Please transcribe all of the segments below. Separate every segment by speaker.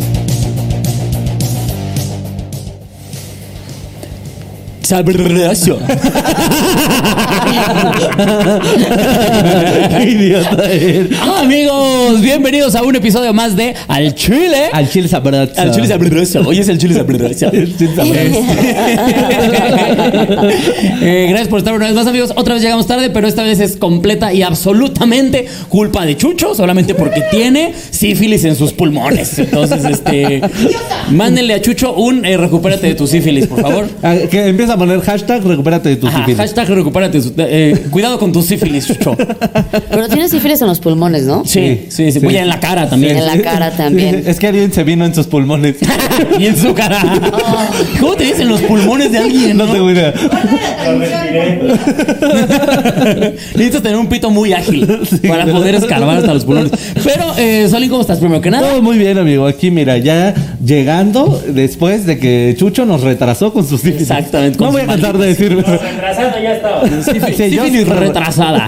Speaker 1: Sabroso. Qué Idiota eres.
Speaker 2: Ah, Amigos, bienvenidos a un episodio más de Al Chile.
Speaker 1: Al chile sabroso.
Speaker 2: Al chile
Speaker 1: sabroso. Hoy es el chile sabroso. el chile
Speaker 2: Eh, gracias por estar una vez más, amigos. Otra vez llegamos tarde, pero esta vez es completa y absolutamente culpa de Chucho, solamente porque tiene sífilis en sus pulmones. Entonces, este. Mándenle a Chucho un eh, recupérate de tu sífilis, por favor.
Speaker 1: Ah, Que empieza a poner hashtag recupérate de tu
Speaker 2: Ajá,
Speaker 1: sífilis.
Speaker 2: hashtag recupérate. de su- eh, cuidado con tu sífilis, Chucho.
Speaker 3: Pero tienes sífilis en los pulmones, ¿no?
Speaker 2: Sí, sí, sí.
Speaker 1: Sí.
Speaker 2: Oye, en la cara también.
Speaker 3: En la cara también.
Speaker 1: Es que alguien se vino en sus pulmones.
Speaker 2: y en su cara. ¿Cómo te dicen los pulmones de alguien?
Speaker 1: No
Speaker 2: no?
Speaker 1: tengo idea.
Speaker 2: Necesitas tener un pito muy ágil para poder escarbar hasta los pulmones. Pero, eh, Solín, ¿cómo estás? Primero que nada.
Speaker 1: Todo muy bien, amigo. Aquí, mira, ya llegando después de que Chucho nos retrasó con sus sífilis.
Speaker 2: Exactamente, con
Speaker 1: No voy a
Speaker 2: sus
Speaker 1: cansar de decirlo.
Speaker 2: Sí,
Speaker 1: Sí, yo-
Speaker 2: sífilis retrasada.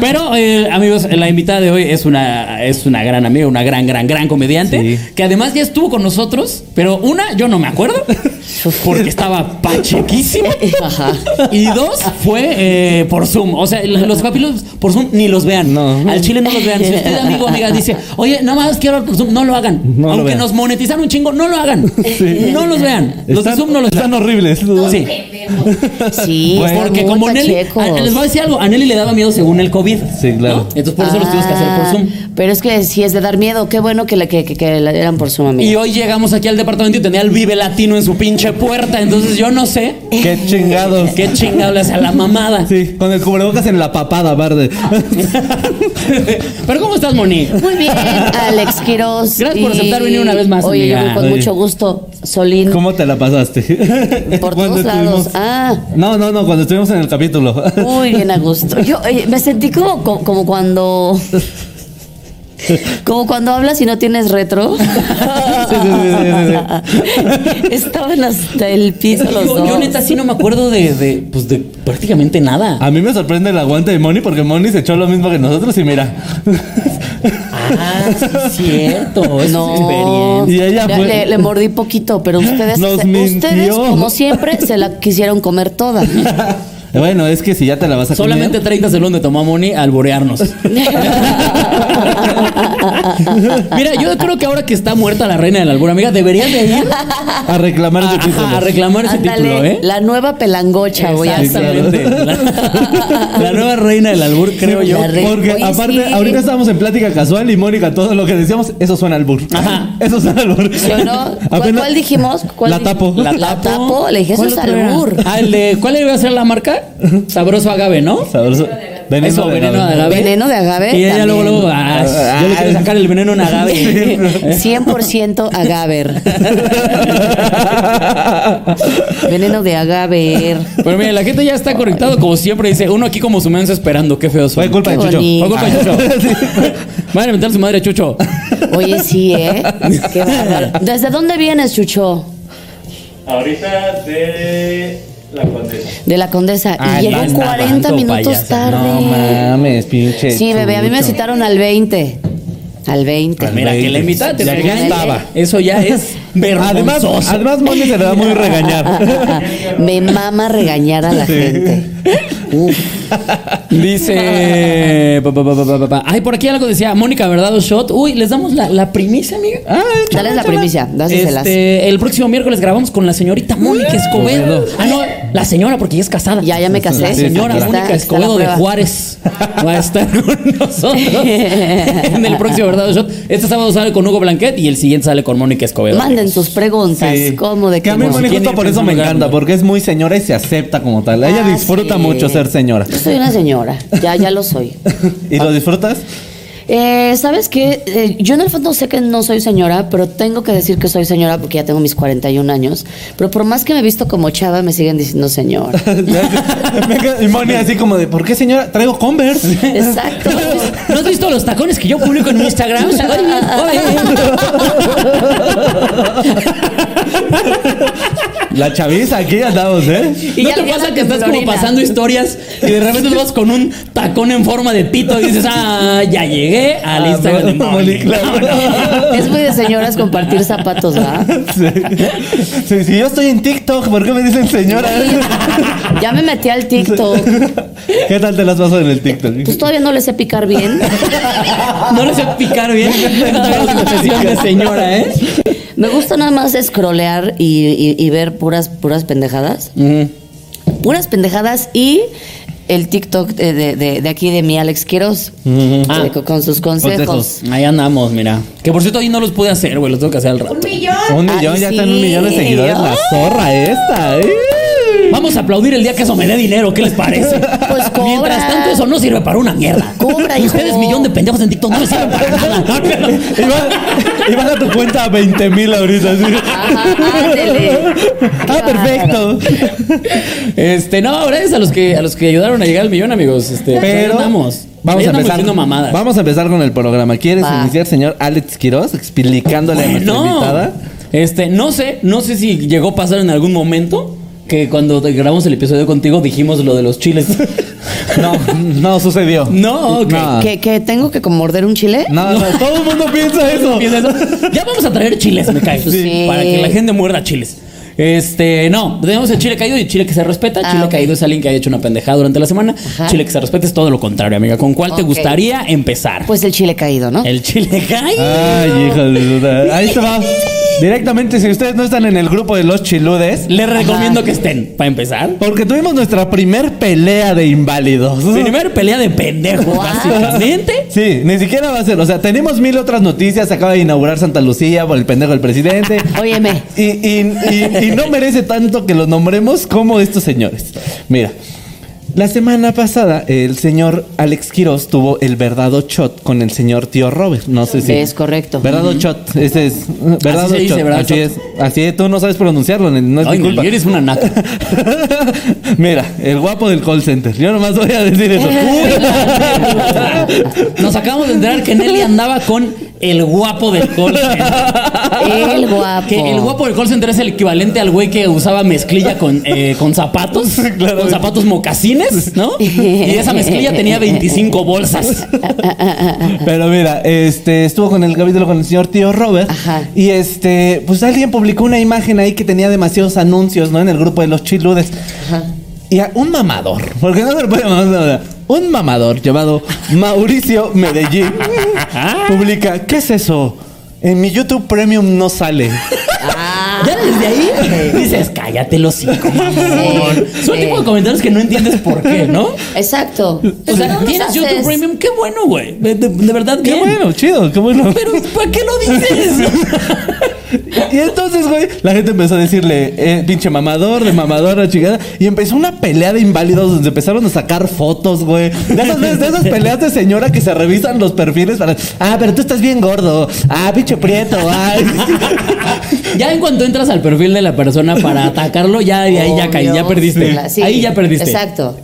Speaker 2: Pero, eh, amigos, la invitada de hoy es una, es una gran amiga, una gran, gran, gran comediante.
Speaker 1: Sí.
Speaker 2: Que además ya estuvo con nosotros, pero una, yo no me acuerdo, porque estaba pachequísima.
Speaker 3: Ajá.
Speaker 2: Y dos, fue eh, por Zoom. O sea, l- los papilos por Zoom ni los vean.
Speaker 1: No.
Speaker 2: Al chile no los vean. Si usted, amigo, amiga, dice, oye, nada más quiero hablar por Zoom, no lo hagan.
Speaker 1: No lo
Speaker 2: Aunque
Speaker 1: vean.
Speaker 2: nos monetizan un chingo, no lo hagan. No los vean. Los de
Speaker 1: Están-
Speaker 2: Zoom no los
Speaker 1: Están
Speaker 2: vean.
Speaker 1: horribles.
Speaker 2: Sí.
Speaker 3: Sí,
Speaker 1: Bueno,
Speaker 3: están
Speaker 2: Porque
Speaker 3: muy
Speaker 2: como Nelly,
Speaker 3: pachecos.
Speaker 2: a- les voy a decir algo, a Nelly le daba miedo según el COVID.
Speaker 1: Sí, claro.
Speaker 2: ¿no? Entonces por eso los tuvimos que hacer por
Speaker 3: Ah,
Speaker 2: Zoom.
Speaker 3: Pero es que si es de dar miedo, qué bueno que, la, que, que, que la eran por Zoom,
Speaker 2: Y
Speaker 3: amigo.
Speaker 2: hoy llegamos aquí al departamento y tenía el Vive Latino en su pinche puerta. Entonces yo no sé
Speaker 1: Qué chingados.
Speaker 2: qué chingado le hace a la mamada.
Speaker 1: Sí, con el cubrebocas en la papada, verde.
Speaker 2: Pero ¿cómo estás, Moni?
Speaker 3: Muy bien, Alex Quiroz.
Speaker 2: Gracias por aceptar
Speaker 3: Y-
Speaker 2: venir una vez más,
Speaker 3: Oye, yo
Speaker 2: amiga.
Speaker 3: voy con
Speaker 1: Oye.
Speaker 3: mucho gusto, Solín.
Speaker 1: ¿Cómo te la pasaste?
Speaker 3: Por
Speaker 1: Cuando
Speaker 3: todos lados.
Speaker 1: estuvimos-
Speaker 3: Ah.
Speaker 1: No, no, no, cuando estuvimos en el capítulo.
Speaker 3: Muy bien a gusto. Yo oye, me sentí como, como, como cuando. Como cuando hablas y no tienes retro.
Speaker 1: sí,
Speaker 3: Estaban hasta el piso los
Speaker 2: Yo,
Speaker 3: dos.
Speaker 2: yo neta sí no me acuerdo de, de, pues de prácticamente nada.
Speaker 1: A mí me sorprende el aguante de Moni porque Moni se echó lo mismo que nosotros y mira.
Speaker 2: Ah, sí es cierto. Eso es
Speaker 3: No,
Speaker 2: experiencia.
Speaker 1: Y ella
Speaker 3: le,
Speaker 1: fue-
Speaker 3: le- le mordí poquito, pero ustedes,
Speaker 1: Nos
Speaker 3: ustedes
Speaker 1: mintió.
Speaker 3: como siempre, se la quisieron comer toda.
Speaker 1: bueno, es que si ya te la vas a comer.
Speaker 2: Solamente 30 segundos de tomó Moni a alborearnos. Mira, yo creo que ahora que está muerta la reina del albur, amiga, deberías de ir
Speaker 1: a reclamar
Speaker 2: a,
Speaker 1: tu título.
Speaker 2: ajá, a reclamar ese
Speaker 3: Ándale,
Speaker 2: título, ¿eh?
Speaker 3: La nueva pelangocha, voy a hacer.
Speaker 2: Exactamente. La, la nueva reina del albur, creo yo.
Speaker 3: la re-
Speaker 1: Porque
Speaker 3: Oye,
Speaker 1: aparte,
Speaker 3: sí.
Speaker 1: ahorita estábamos en plática casual y Mónica, todo lo que decíamos, eso suena al burro.
Speaker 2: Ajá.
Speaker 1: Eso suena al burro.
Speaker 3: ¿Sí o no? ¿Cuál, cuál dijimos? ¿Cuál
Speaker 1: la
Speaker 3: dijimos?
Speaker 1: tapo.
Speaker 3: La, tapo, le dije, eso
Speaker 2: ¿Cuál
Speaker 3: es
Speaker 2: otro era?
Speaker 3: albur.
Speaker 2: Ah, el de- ¿Cuál iba a ser la marca? Sabroso agave, ¿no?
Speaker 1: Sabroso. Veneno
Speaker 2: Eso,
Speaker 1: de
Speaker 2: veneno
Speaker 1: agave.
Speaker 2: de agave.
Speaker 3: Veneno de agave,
Speaker 2: Y ella luego,
Speaker 3: también.
Speaker 2: luego, ah, yo le quiero sacar el veneno a un agave.
Speaker 3: 100% agaver. Veneno de agaver.
Speaker 2: Pero mira, la gente ya está conectado, como siempre dice, uno aquí como su menso esperando, qué feo soy.
Speaker 1: Fue culpa de
Speaker 3: Qué
Speaker 1: Chucho.
Speaker 3: bonito.
Speaker 2: Fue culpa de Chucho. Madre mental su madre, Chucho.
Speaker 3: Oye, sí, ¿eh? Qué bárbaro. ¿Desde dónde vienes, Chucho?
Speaker 4: Ahorita de la condesa.
Speaker 3: De la condesa.
Speaker 1: Ah,
Speaker 3: y llegó
Speaker 2: basta,
Speaker 3: 40
Speaker 2: basta,
Speaker 3: minutos
Speaker 2: payasa.
Speaker 3: tarde.
Speaker 1: No mames, pinche.
Speaker 3: Sí, bebé, a mí me
Speaker 1: Chucho.
Speaker 3: citaron al 20. Al 20.
Speaker 2: Mira, que la invitaste.
Speaker 1: Pues Ya
Speaker 2: porque
Speaker 1: que estaba.
Speaker 2: Eso ya es
Speaker 1: Además,
Speaker 2: vergonzoso.
Speaker 1: además Moni se le da muy regañar.
Speaker 3: Me mama regañar a la gente. Uf.
Speaker 2: Dice. pa, pa, pa, pa, pa, pa, pa. Ay, por aquí algo decía Mónica, ¿verdad? O shot. Uy, les damos la, la primicia, amiga.
Speaker 1: Ah,
Speaker 3: Dale la primicia, dáselas.
Speaker 2: Este, el próximo miércoles grabamos con la señorita Mónica Escobedo. Ah, no, la señora, porque ella es casada.
Speaker 3: Ya, ya me casé.
Speaker 2: La señora
Speaker 3: Aquí está,
Speaker 2: Mónica
Speaker 3: aquí está la
Speaker 2: Escobedo de
Speaker 3: prueba.
Speaker 2: Juárez va a estar con nosotros en el próximo Verdad o Shot. Este sábado sale con Hugo Blanquet y el siguiente sale con Mónica Escobedo.
Speaker 3: Manden sus preguntas.
Speaker 1: pues, Sí.
Speaker 3: ¿Cómo de
Speaker 1: que
Speaker 3: qué?
Speaker 1: a mí
Speaker 3: modo?
Speaker 1: Moni
Speaker 2: ¿Quién
Speaker 1: justo
Speaker 2: ir
Speaker 1: por eso me
Speaker 2: pensando?
Speaker 1: encanta, porque es muy señora y se acepta como tal. Ella
Speaker 3: Ah,
Speaker 1: disfruta
Speaker 3: sí.
Speaker 1: mucho ser señora.
Speaker 3: Yo soy una señora. Ya, ya lo soy.
Speaker 1: ¿Y
Speaker 2: Ah.
Speaker 1: lo disfrutas?
Speaker 3: Eh, ¿Sabes qué? Eh, yo en el fondo sé que no soy señora, pero tengo que decir que soy señora porque ya tengo mis 41 años. Pero por más que me he visto como chava, me siguen diciendo señora.
Speaker 1: Me quedo- y Moni así como de, ¿por qué señora? Traigo Converse.
Speaker 3: Exacto.
Speaker 2: ¿No has visto los tacones que yo publico en mi Instagram? Ay, ay, ay.
Speaker 1: La chaviza aquí andamos, ¿eh?
Speaker 3: Y
Speaker 2: ¿No
Speaker 3: ya
Speaker 2: te
Speaker 3: le
Speaker 2: pasa
Speaker 3: ganan
Speaker 2: que
Speaker 3: en
Speaker 2: estás como
Speaker 3: Florida.
Speaker 2: pasando historias y de repente vas con un tacón en forma de pito y dices, ah, ya llegué al
Speaker 1: Ah,
Speaker 2: Instagram de
Speaker 1: no,
Speaker 2: Moni?
Speaker 1: Moni, claro.
Speaker 2: Vámonos.
Speaker 3: Es muy de señoras compartir zapatos, ¿verdad?
Speaker 1: Sí. Sí, si yo estoy en TikTok, ¿por qué me dicen señora?
Speaker 3: Ya me metí al TikTok.
Speaker 1: ¿Qué tal te las pasas en el TikTok?
Speaker 3: Pues todavía no le sé picar bien.
Speaker 2: No le sé picar bien. Esta también es confesión de señora, ¿eh?
Speaker 3: Me gusta nada más scrollear y, y- y ver puras, puras pendejadas. Puras pendejadas y el TikTok de, de- de- de aquí de mi Alex Quiroz.
Speaker 2: Ah.
Speaker 3: Eh, con- Con sus consejos.
Speaker 2: Ahí andamos, mira. Que por cierto, ahí no los pude hacer, güey. Los tengo que hacer al rato.
Speaker 1: Un millón,
Speaker 3: Ay,
Speaker 1: ya
Speaker 3: sí.
Speaker 1: están un millón de seguidores. La zorra esta, ¿eh?
Speaker 2: Vamos a aplaudir el día que eso me dé dinero. ¿Qué les parece?
Speaker 3: Pues cobra.
Speaker 2: Mientras tanto, eso no sirve para una mierda.
Speaker 3: Cobra, hijo.
Speaker 2: Ustedes, millón de pendejos en TikTok, no me sirven para nada.
Speaker 1: Y vas- y vas a tu cuenta a 20 mil ahorita. ¿sí?
Speaker 3: Ajá, ándele.
Speaker 1: Ah, perfecto.
Speaker 2: Este, no, gracias a los que a los que ayudaron a llegar al millón, amigos. Este,
Speaker 1: Pero
Speaker 2: vamos.
Speaker 1: Vamos a empezar.
Speaker 2: mamadas.
Speaker 1: Vamos a empezar con el programa. ¿Quieres
Speaker 3: Va.
Speaker 1: iniciar, señor Alex Quiroz, explicándole a nuestra
Speaker 2: No.
Speaker 1: invitada?
Speaker 2: Este, no sé, no sé si llegó a pasar en algún momento que cuando te- grabamos el episodio contigo dijimos lo de los chiles.
Speaker 1: No, no sucedió.
Speaker 2: No, ok.
Speaker 1: No.
Speaker 3: ¿Que, que tengo que como morder un chile?
Speaker 1: No, no, todo el mundo piensa eso.
Speaker 2: Empieza eso. Ya vamos a traer chiles, me cae.
Speaker 3: Sí.
Speaker 2: Para que la gente muerda chiles. Este, no, tenemos el chile caído y el chile que se respeta.
Speaker 3: Ah,
Speaker 2: chile
Speaker 3: ok.
Speaker 2: caído es alguien que haya hecho una pendejada durante la semana.
Speaker 3: Ajá.
Speaker 2: Chile que se respeta es todo lo contrario, amiga. ¿Con cuál te
Speaker 3: Ok.
Speaker 2: gustaría empezar?
Speaker 3: Pues el chile caído, ¿no?
Speaker 2: El chile caído.
Speaker 1: Ay, hijo de puta. Ahí se va. Directamente, si ustedes no están en el grupo de los chiludes,
Speaker 2: Les recomiendo que estén, para empezar.
Speaker 1: porque tuvimos nuestra primer pelea de inválidos.
Speaker 2: Primer pelea de pendejos,
Speaker 3: Wow.
Speaker 2: básicamente.
Speaker 1: Sí, ni siquiera va a ser. O sea, tenemos mil otras noticias. Se acaba de inaugurar Santa Lucía por el pendejo del presidente.
Speaker 3: Óyeme.
Speaker 1: Y, y- y- y no merece tanto que los nombremos como estos señores. Mira, la semana pasada el señor Alex Quiroz tuvo el verdado shot con el señor tío Robert. No sé si.
Speaker 3: Es correcto.
Speaker 1: Verdado shot. Ese es. Verdado
Speaker 2: se dice,
Speaker 1: shot.
Speaker 2: verdado
Speaker 1: así
Speaker 2: shot.
Speaker 1: es. Así es. Tú no sabes pronunciarlo. No es
Speaker 2: Ay,
Speaker 1: mi culpa.
Speaker 2: Nelly, eres una naca.
Speaker 1: Mira, el guapo del call center. Yo nomás voy a decir eso.
Speaker 2: Nos acabamos de enterar que Nelly andaba con el guapo del call center.
Speaker 3: El guapo.
Speaker 2: Que el guapo del call center es el equivalente al güey que usaba mezclilla con, eh, con zapatos, con zapatos mocasines, ¿no? Y esa mezclilla tenía 25 bolsas.
Speaker 1: Pero mira, este estuvo con el capítulo con el señor tío Robert.
Speaker 3: Ajá.
Speaker 1: Y este, pues alguien publicó una imagen ahí que tenía demasiados anuncios, ¿no? En el grupo de los chiludes.
Speaker 3: Ajá.
Speaker 1: Y a un mamador, porque no se lo puede llamar nada, Un mamador llamado Mauricio Medellín publica: ¿Qué es eso? En mi YouTube Premium no sale.
Speaker 2: Ya desde ahí dices, cállate los cinco, mamón. Son
Speaker 3: Sí.
Speaker 2: tipo de comentarios que no entiendes por qué, ¿no?
Speaker 3: Exacto.
Speaker 2: O sea,
Speaker 3: No los
Speaker 2: tienes
Speaker 3: haces.
Speaker 2: YouTube Premium, qué bueno, güey. De, de- de verdad,
Speaker 1: Qué
Speaker 2: bien.
Speaker 1: bueno, chido, qué bueno.
Speaker 2: Pero, ¿para qué lo dices?
Speaker 1: Y entonces, güey, la gente empezó a decirle, eh, pinche mamador, de mamador, a chingada. Y empezó una pelea de inválidos donde empezaron a sacar fotos, güey. De esas, veces- de esas peleas de señora que se revisan los perfiles para. Ah, pero tú estás bien gordo. Ah, pinche prieto. Ay.
Speaker 2: Ya en cuanto entras al perfil de la persona para atacarlo, ya de ahí ya caí, ya
Speaker 3: Obvio.
Speaker 2: perdiste.
Speaker 3: Sí.
Speaker 2: Ahí ya perdiste.
Speaker 3: Exacto.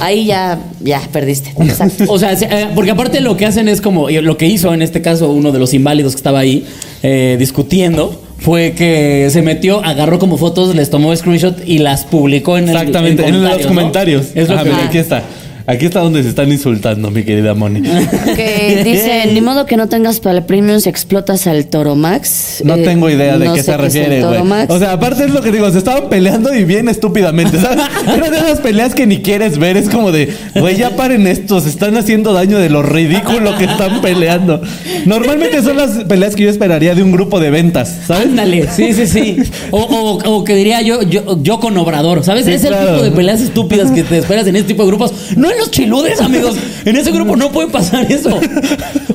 Speaker 3: Ahí ya, ya perdiste. Exacto.
Speaker 2: O sea, se- eh, porque aparte lo que hacen es como, y lo que hizo en este caso uno de los inválidos que estaba ahí eh, discutiendo fue que se metió, agarró como fotos, les tomó screenshot y las publicó en el-
Speaker 1: Exactamente, en, los
Speaker 2: ¿no?
Speaker 1: comentarios.
Speaker 2: Es lo
Speaker 1: Ah,
Speaker 2: que
Speaker 1: mira, aquí está. Aquí está donde se están insultando, mi querida Moni.
Speaker 3: Que dice, ni modo que no tengas para el premium si explotas al Toro Max.
Speaker 1: No
Speaker 3: Eh,
Speaker 1: tengo idea de
Speaker 3: no
Speaker 1: qué
Speaker 3: sé
Speaker 1: se
Speaker 3: es el
Speaker 1: refiere, güey.
Speaker 3: Toro Max.
Speaker 1: O sea, aparte es lo que digo, se estaban peleando y bien estúpidamente, ¿sabes? Era de esas peleas que ni quieres ver, es como de, güey, ya paren esto, se están haciendo daño de lo ridículo que están peleando. Normalmente son las peleas que yo esperaría de un grupo de ventas, ¿sabes?
Speaker 2: Ándale, sí, sí, sí. O, o- o que diría yo, yo, yo con Obrador, ¿sabes?
Speaker 1: Sí,
Speaker 2: es el
Speaker 1: claro.
Speaker 2: tipo de peleas estúpidas que te esperas en este tipo de grupos. No en los chiludes, amigos. En ese grupo no puede pasar eso.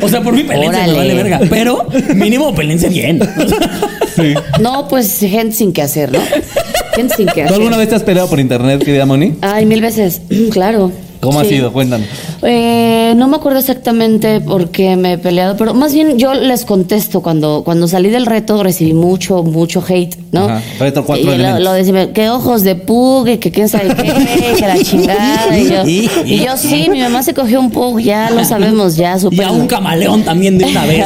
Speaker 2: O sea, por mi pelense me
Speaker 3: Órale.
Speaker 2: vale verga. Pero mínimo pelense bien.
Speaker 1: Sí.
Speaker 3: No, pues gente sin que hacer, ¿no? Gente sin que
Speaker 1: ¿Tú
Speaker 3: hacer.
Speaker 1: alguna vez te has peleado por internet, querida Moni?
Speaker 3: Ay, mil veces. Claro.
Speaker 1: ¿Cómo ha
Speaker 3: Sí.
Speaker 1: sido? Cuéntanos.
Speaker 3: Eh, no me acuerdo exactamente por qué me he peleado, pero más bien yo les contesto. Cuando, cuando salí del reto recibí mucho, mucho hate, ¿no?
Speaker 1: Ajá, reto cuatro
Speaker 3: Y lo-
Speaker 1: elementos.
Speaker 3: lo, decían, que ojos de pug, que quién sabe qué, que la chingada. Y yo, y yo, sí, mi mamá se cogió un pug, ya lo sabemos,
Speaker 2: Y
Speaker 3: ya
Speaker 2: a
Speaker 3: supéralo".
Speaker 2: un camaleón también de una vez.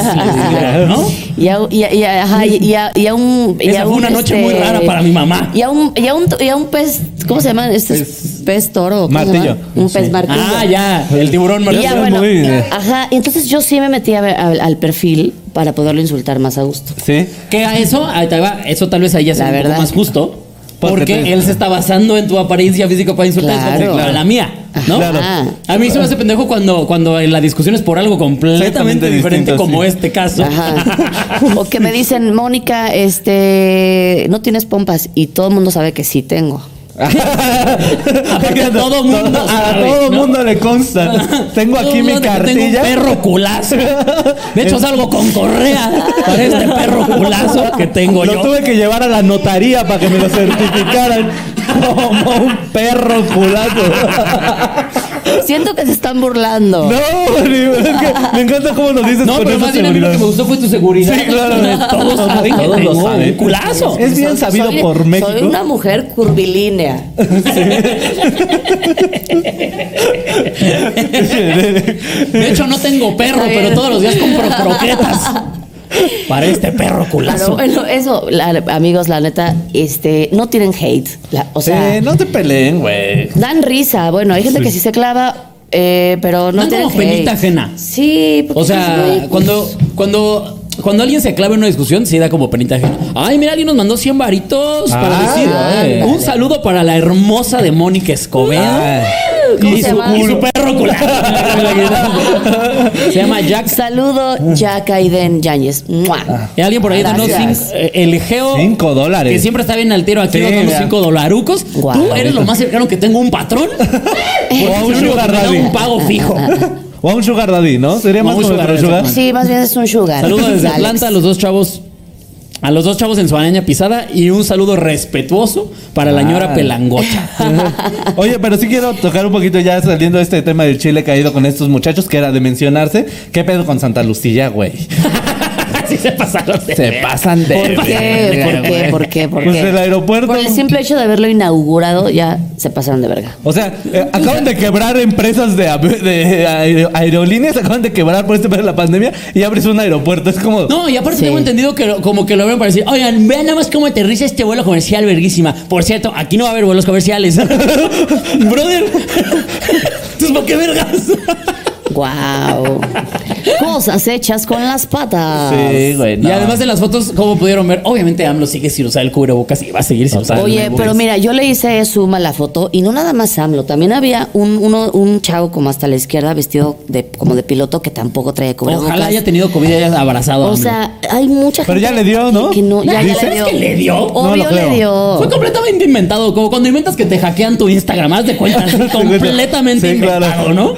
Speaker 2: ¿no?
Speaker 3: Y a, y a- y a- ajá, y- y a- y a un. y
Speaker 2: Esa
Speaker 3: a
Speaker 2: fue
Speaker 3: un, este,
Speaker 2: una noche muy rara para mi mamá.
Speaker 3: Y a un, y a un, y a un pez. ¿Cómo se llama? Este es pez toro. ¿cómo se llama?
Speaker 1: Martillo.
Speaker 3: Un pez martillo.
Speaker 2: Ah, ya, el tiburón
Speaker 3: Y
Speaker 2: martillo.
Speaker 3: ya,
Speaker 1: soy
Speaker 3: bueno,
Speaker 1: muy-
Speaker 3: ajá, y entonces yo sí me metí a ver- al- al perfil para poderlo insultar más a gusto.
Speaker 1: ¿Sí?
Speaker 2: Que a eso, ahí te va, eso tal vez ahí ya sea
Speaker 3: La
Speaker 2: un poco
Speaker 3: verdad.
Speaker 2: más justo.
Speaker 1: Porque te-
Speaker 2: Porque él se está basando en tu apariencia física para insultar
Speaker 3: Claro.
Speaker 2: es como,
Speaker 3: Claro.
Speaker 2: la mía, ¿no?
Speaker 1: Claro.
Speaker 3: Ajá.
Speaker 2: A mí se me hace pendejo cuando, cuando la discusión es por algo completamente
Speaker 1: Exactamente
Speaker 2: diferente,
Speaker 1: distinto,
Speaker 2: como
Speaker 1: sí.
Speaker 2: este caso.
Speaker 3: Ajá. O que me dicen, Mónica, este, no tienes pompas y todo el mundo sabe que sí tengo.
Speaker 2: Aparte, a todo mundo
Speaker 1: a
Speaker 2: sabe,
Speaker 1: todo
Speaker 2: ¿no?
Speaker 1: mundo le consta. Tengo
Speaker 2: Todo
Speaker 1: aquí mi
Speaker 2: mundo dice que
Speaker 1: cartilla.
Speaker 2: Tengo un perro culazo. De hecho, salgo con correa para este perro culazo que tengo
Speaker 1: lo
Speaker 2: yo.
Speaker 1: tuve que llevar a la notaría para que me lo certificaran como un perro culazo.
Speaker 3: Siento que se están burlando.
Speaker 1: No, ni- es que me encanta cómo nos dices
Speaker 2: No,
Speaker 1: con
Speaker 2: pero
Speaker 1: esa
Speaker 2: más bien a mí lo que
Speaker 1: seguridad.
Speaker 2: me gustó fue tu seguridad.
Speaker 1: Sí, claro.
Speaker 2: De Todos saben que
Speaker 1: Todos lo
Speaker 2: tengo
Speaker 1: saben.
Speaker 2: un culazo.
Speaker 1: Es bien
Speaker 3: Soy-
Speaker 1: sabido
Speaker 3: soy-
Speaker 1: por México.
Speaker 3: Soy una mujer curvilínea.
Speaker 2: De hecho, no tengo perro,
Speaker 3: Está bien.
Speaker 2: pero todos los días compro croquetas. Para este perro
Speaker 3: Pero
Speaker 2: culazo.
Speaker 3: bueno, eso, la- amigos, la neta, este, no tienen hate. La- o sea,
Speaker 1: Sí, Eh, no te peleen, güey.
Speaker 3: dan risa. Bueno, hay gente que sí se clava, eh, pero no
Speaker 2: Dan
Speaker 3: tienen
Speaker 2: como penita
Speaker 3: hate.
Speaker 2: ajena.
Speaker 3: Sí, porque
Speaker 2: O
Speaker 3: pues, güey,
Speaker 2: sea,
Speaker 3: pues,
Speaker 2: cuando, cuando, cuando alguien se clava en una discusión, sí da como penita ajena. Ay, mira, alguien nos mandó 100 varitos para
Speaker 1: Ah,
Speaker 2: decir
Speaker 1: ándale.
Speaker 2: un saludo para la hermosa de Mónica Escobedo.
Speaker 3: Ah, ¿Cómo
Speaker 2: Y
Speaker 3: se
Speaker 2: su,
Speaker 3: llama?
Speaker 2: y su perro culazo. se llama Jack. Mm. Ah.
Speaker 3: Saludo, Jack Aiden Yáñez. ¡Mua!
Speaker 2: Y alguien por ahí donó
Speaker 3: Gracias.
Speaker 2: cinco- eh, el geo.
Speaker 1: Cinco dólares.
Speaker 2: Que siempre está bien al tiro aquí,
Speaker 1: Sí,
Speaker 2: nos dando
Speaker 1: vea.
Speaker 2: cinco dolarucos.
Speaker 3: Guau.
Speaker 2: Tú eres lo más cercano que tengo a un patrón.
Speaker 1: O a un
Speaker 2: Porque
Speaker 1: sugar
Speaker 2: me da
Speaker 1: daddy.
Speaker 2: un pago fijo.
Speaker 1: O a un sugar daddy, ¿no? Sería
Speaker 2: O
Speaker 1: más
Speaker 2: a un
Speaker 1: como
Speaker 2: sugar
Speaker 1: el
Speaker 2: daddy,
Speaker 1: sugar.
Speaker 2: exactamente.
Speaker 3: Sí, más bien es un sugar.
Speaker 2: Saludos desde
Speaker 3: Alex.
Speaker 2: Atlanta a los dos chavos. A los dos chavos en su araña pisada y un saludo respetuoso para la
Speaker 1: Ah.
Speaker 2: ñora pelangocha.
Speaker 1: Oye, pero sí quiero tocar un poquito ya saliendo de este tema del chile caído con estos muchachos, que era de mencionarse. ¿Qué pedo con Santa Lucía, güey?
Speaker 2: sí se pasaron de
Speaker 1: Se
Speaker 2: ver.
Speaker 1: pasan de.
Speaker 2: ¿Por
Speaker 3: ¿Por qué? ¿Por qué? ¿Por qué? ¿Por
Speaker 1: Pues
Speaker 3: qué?
Speaker 1: el aeropuerto.
Speaker 3: Por el simple hecho de haberlo inaugurado, ya se pasaron de verga.
Speaker 1: O sea, eh, acaban de quebrar empresas de, ave- de aer- aerolíneas, acaban de quebrar por este pedo de la pandemia y abres un aeropuerto. Es como.
Speaker 2: No, y aparte
Speaker 3: Sí.
Speaker 2: tengo entendido que lo- como que lo ven para decir, oigan, vean nada más cómo aterriza este vuelo comercial verguísima. Por cierto, aquí no va a haber vuelos comerciales. Brother. Entonces, ¿por qué vergas?
Speaker 3: ¡Wow! Cosas hechas con las patas.
Speaker 1: Sí, güey. no.
Speaker 2: Y además de las fotos, como pudieron ver, obviamente AMLO sigue sin usar el cubrebocas y va a seguir sin usar el
Speaker 3: Oye,
Speaker 2: cubrebocas.
Speaker 3: pero mira, yo le hice zoom a la foto y no nada más AMLO, también había un, uno, un chavo como hasta la izquierda vestido de, como de piloto que tampoco trae cubrebocas.
Speaker 2: Ojalá haya tenido COVID y haya abrazado a
Speaker 3: O
Speaker 2: AMLO.
Speaker 3: sea, hay mucha gente.
Speaker 1: Pero ya Oh. le dio, ¿no?
Speaker 3: que- que no- ya, ya
Speaker 1: ¿Dices?
Speaker 3: le dio.
Speaker 2: ¿Es que le dio?
Speaker 1: No
Speaker 3: Obvio
Speaker 1: lo creo.
Speaker 3: le dio.
Speaker 2: Fue completamente inventado, como cuando inventas que te hackean tu Instagram, haz de cuenta, así, completamente
Speaker 1: Sí, claro.
Speaker 2: inventado, ¿no?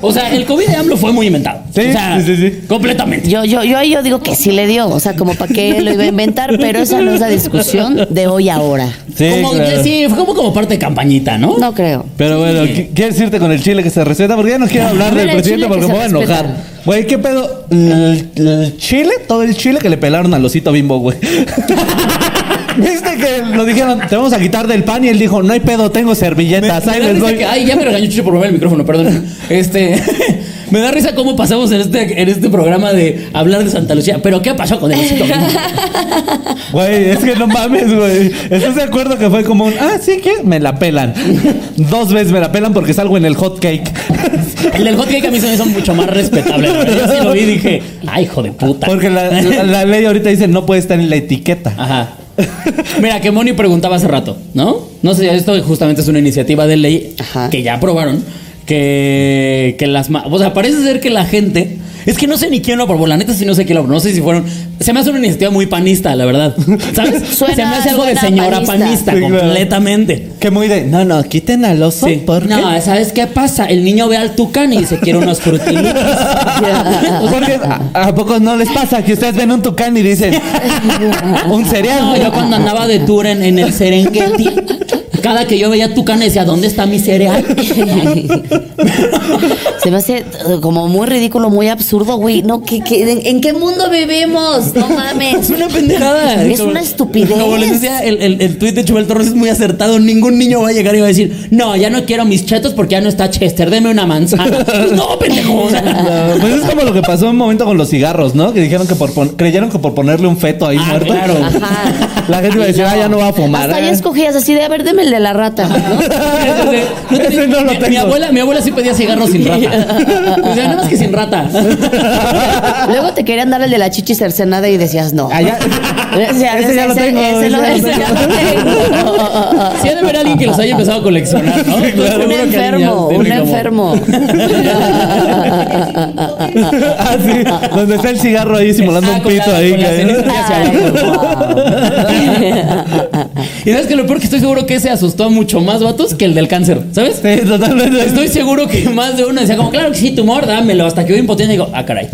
Speaker 2: O sea, el COVID de AMLO fue muy inventado.
Speaker 1: Sí,
Speaker 2: O sea,
Speaker 1: sí, sí, sí.
Speaker 2: Completamente.
Speaker 3: Yo, yo, yo, yo digo que sí le dio, o sea, como para qué lo iba a inventar, pero esa no es la discusión de hoy a ahora.
Speaker 1: Sí,
Speaker 2: como,
Speaker 1: claro.
Speaker 2: sí, fue como, como parte de campañita, ¿no?
Speaker 3: No creo.
Speaker 1: Pero bueno, qui- ¿quieres irte con el chile que se receta? Porque ya no quiero hablar
Speaker 3: Mira,
Speaker 1: del
Speaker 3: el
Speaker 1: presidente
Speaker 3: chile
Speaker 1: porque
Speaker 3: que
Speaker 1: me voy a
Speaker 3: se respeta.
Speaker 1: enojar. Güey, ¿qué pedo? El, el chile, todo el chile que le pelaron al osito bimbo, güey. ¿Viste que lo dijeron, te vamos a quitar del pan? Y él dijo, no hay pedo, tengo
Speaker 2: Me-
Speaker 1: servilletas. ahí
Speaker 2: me da
Speaker 1: les
Speaker 2: risa
Speaker 1: doy".
Speaker 2: que- ay, ya me regañó Chucho por mover el micrófono, perdón. Este, me da risa cómo pasamos en este, en este programa de hablar de Santa Lucía. Pero ¿qué pasó con el osito bimbo?
Speaker 1: Güey, es que no mames, güey. ¿Estás de acuerdo que fue como un, ah, sí que me la pelan? Dos veces me la pelan porque salgo en el hot cake.
Speaker 2: El del hot cake a mí se me hizo mucho más respetable. la verdad. Yo sí lo vi y dije, ay, hijo de puta.
Speaker 1: Porque la, la- la ley ahorita dice, no puede estar en la etiqueta.
Speaker 2: Ajá. Mira, que Moni preguntaba hace rato, ¿no? No sé, esto justamente es una iniciativa de ley
Speaker 3: Ajá.
Speaker 2: que ya aprobaron. Que, que las. ma- O sea, parece ser que la gente. Es que no sé ni quién lo aprobó, la neta sí no sé quién lo aprobó, no sé si fueron... Se me hace una iniciativa muy panista, la verdad. ¿Sabes?
Speaker 3: Suena-
Speaker 2: se me hace algo de
Speaker 3: suena
Speaker 2: señora
Speaker 3: panista.
Speaker 2: panista,
Speaker 1: Sí, claro.
Speaker 2: completamente.
Speaker 1: Que muy de, no, no, quiten al oso
Speaker 2: Sí.
Speaker 1: porque...
Speaker 2: No, ¿sabes qué pasa? El niño ve al tucán y dice, quiero unos frutilupas.
Speaker 1: Porque, ¿a, a poco no les pasa que ustedes ven un tucán y dicen un cereal?
Speaker 2: No, yo cuando andaba de tour en, en el Serengeti, cada que yo veía tu cana decía, ¿dónde está mi cereal?
Speaker 3: Se me hace eh, como muy ridículo, muy absurdo, güey. No, ¿qué, qué- en, en qué mundo vivimos? No mames.
Speaker 2: Es una pendejada.
Speaker 3: Es una estupidez.
Speaker 2: Como les decía, el, el, el tweet de Chubel Torres es muy acertado. Ningún niño va a llegar y va a decir, no, ya no quiero mis chetos porque ya no está Chester, deme una manzana. Pues no, pendejo. o sea,
Speaker 1: No, pues es como lo que pasó un momento con los cigarros, ¿no? Que dijeron que por pon- creyeron que por ponerle un feto ahí
Speaker 2: Ah,
Speaker 1: muerto. pues,
Speaker 2: claro.
Speaker 3: Ajá.
Speaker 1: La gente iba a decir, ah, ya no va a fumar.
Speaker 3: Hasta ahí
Speaker 1: ah.
Speaker 3: escogías así de, a ver, deme el de la rata. ¿no?
Speaker 2: No te-
Speaker 1: Ese no lo
Speaker 2: mi, mi
Speaker 1: tengo.
Speaker 2: abuela, mi abuela sí pedía cigarros sin rata. O sea, nada más que sin rata.
Speaker 3: Luego te querían dar el de la chichi cercenada y decías no.
Speaker 1: Ah, ya. Ese ya lo tengo,
Speaker 3: Ese
Speaker 1: ese
Speaker 3: no-
Speaker 1: ya lo
Speaker 3: ese ya lo tengo.
Speaker 2: Sí, ha de haber alguien que los haya empezado a coleccionar, ¿no?
Speaker 1: Sí, claro.
Speaker 3: Pues Un
Speaker 2: Seguro que alguien ya
Speaker 3: enfermo,
Speaker 2: los
Speaker 3: un
Speaker 2: tiene como-
Speaker 3: enfermo.
Speaker 1: Ah, sí. Donde está el cigarro ahí simulando
Speaker 2: Ah,
Speaker 1: un
Speaker 2: con la-
Speaker 1: pito ahí. ¿eh?
Speaker 2: con la
Speaker 1: que-
Speaker 2: cereza hacia abajo.
Speaker 3: Wow.
Speaker 2: Y sabes que lo peor que estoy seguro que ese asustó a mucho más vatos que el del cáncer, ¿sabes?
Speaker 1: Sí, totalmente.
Speaker 2: Estoy seguro que más de uno decía como, claro que sí, tumor, dámelo. Hasta que voy impotente y digo, ah, caray.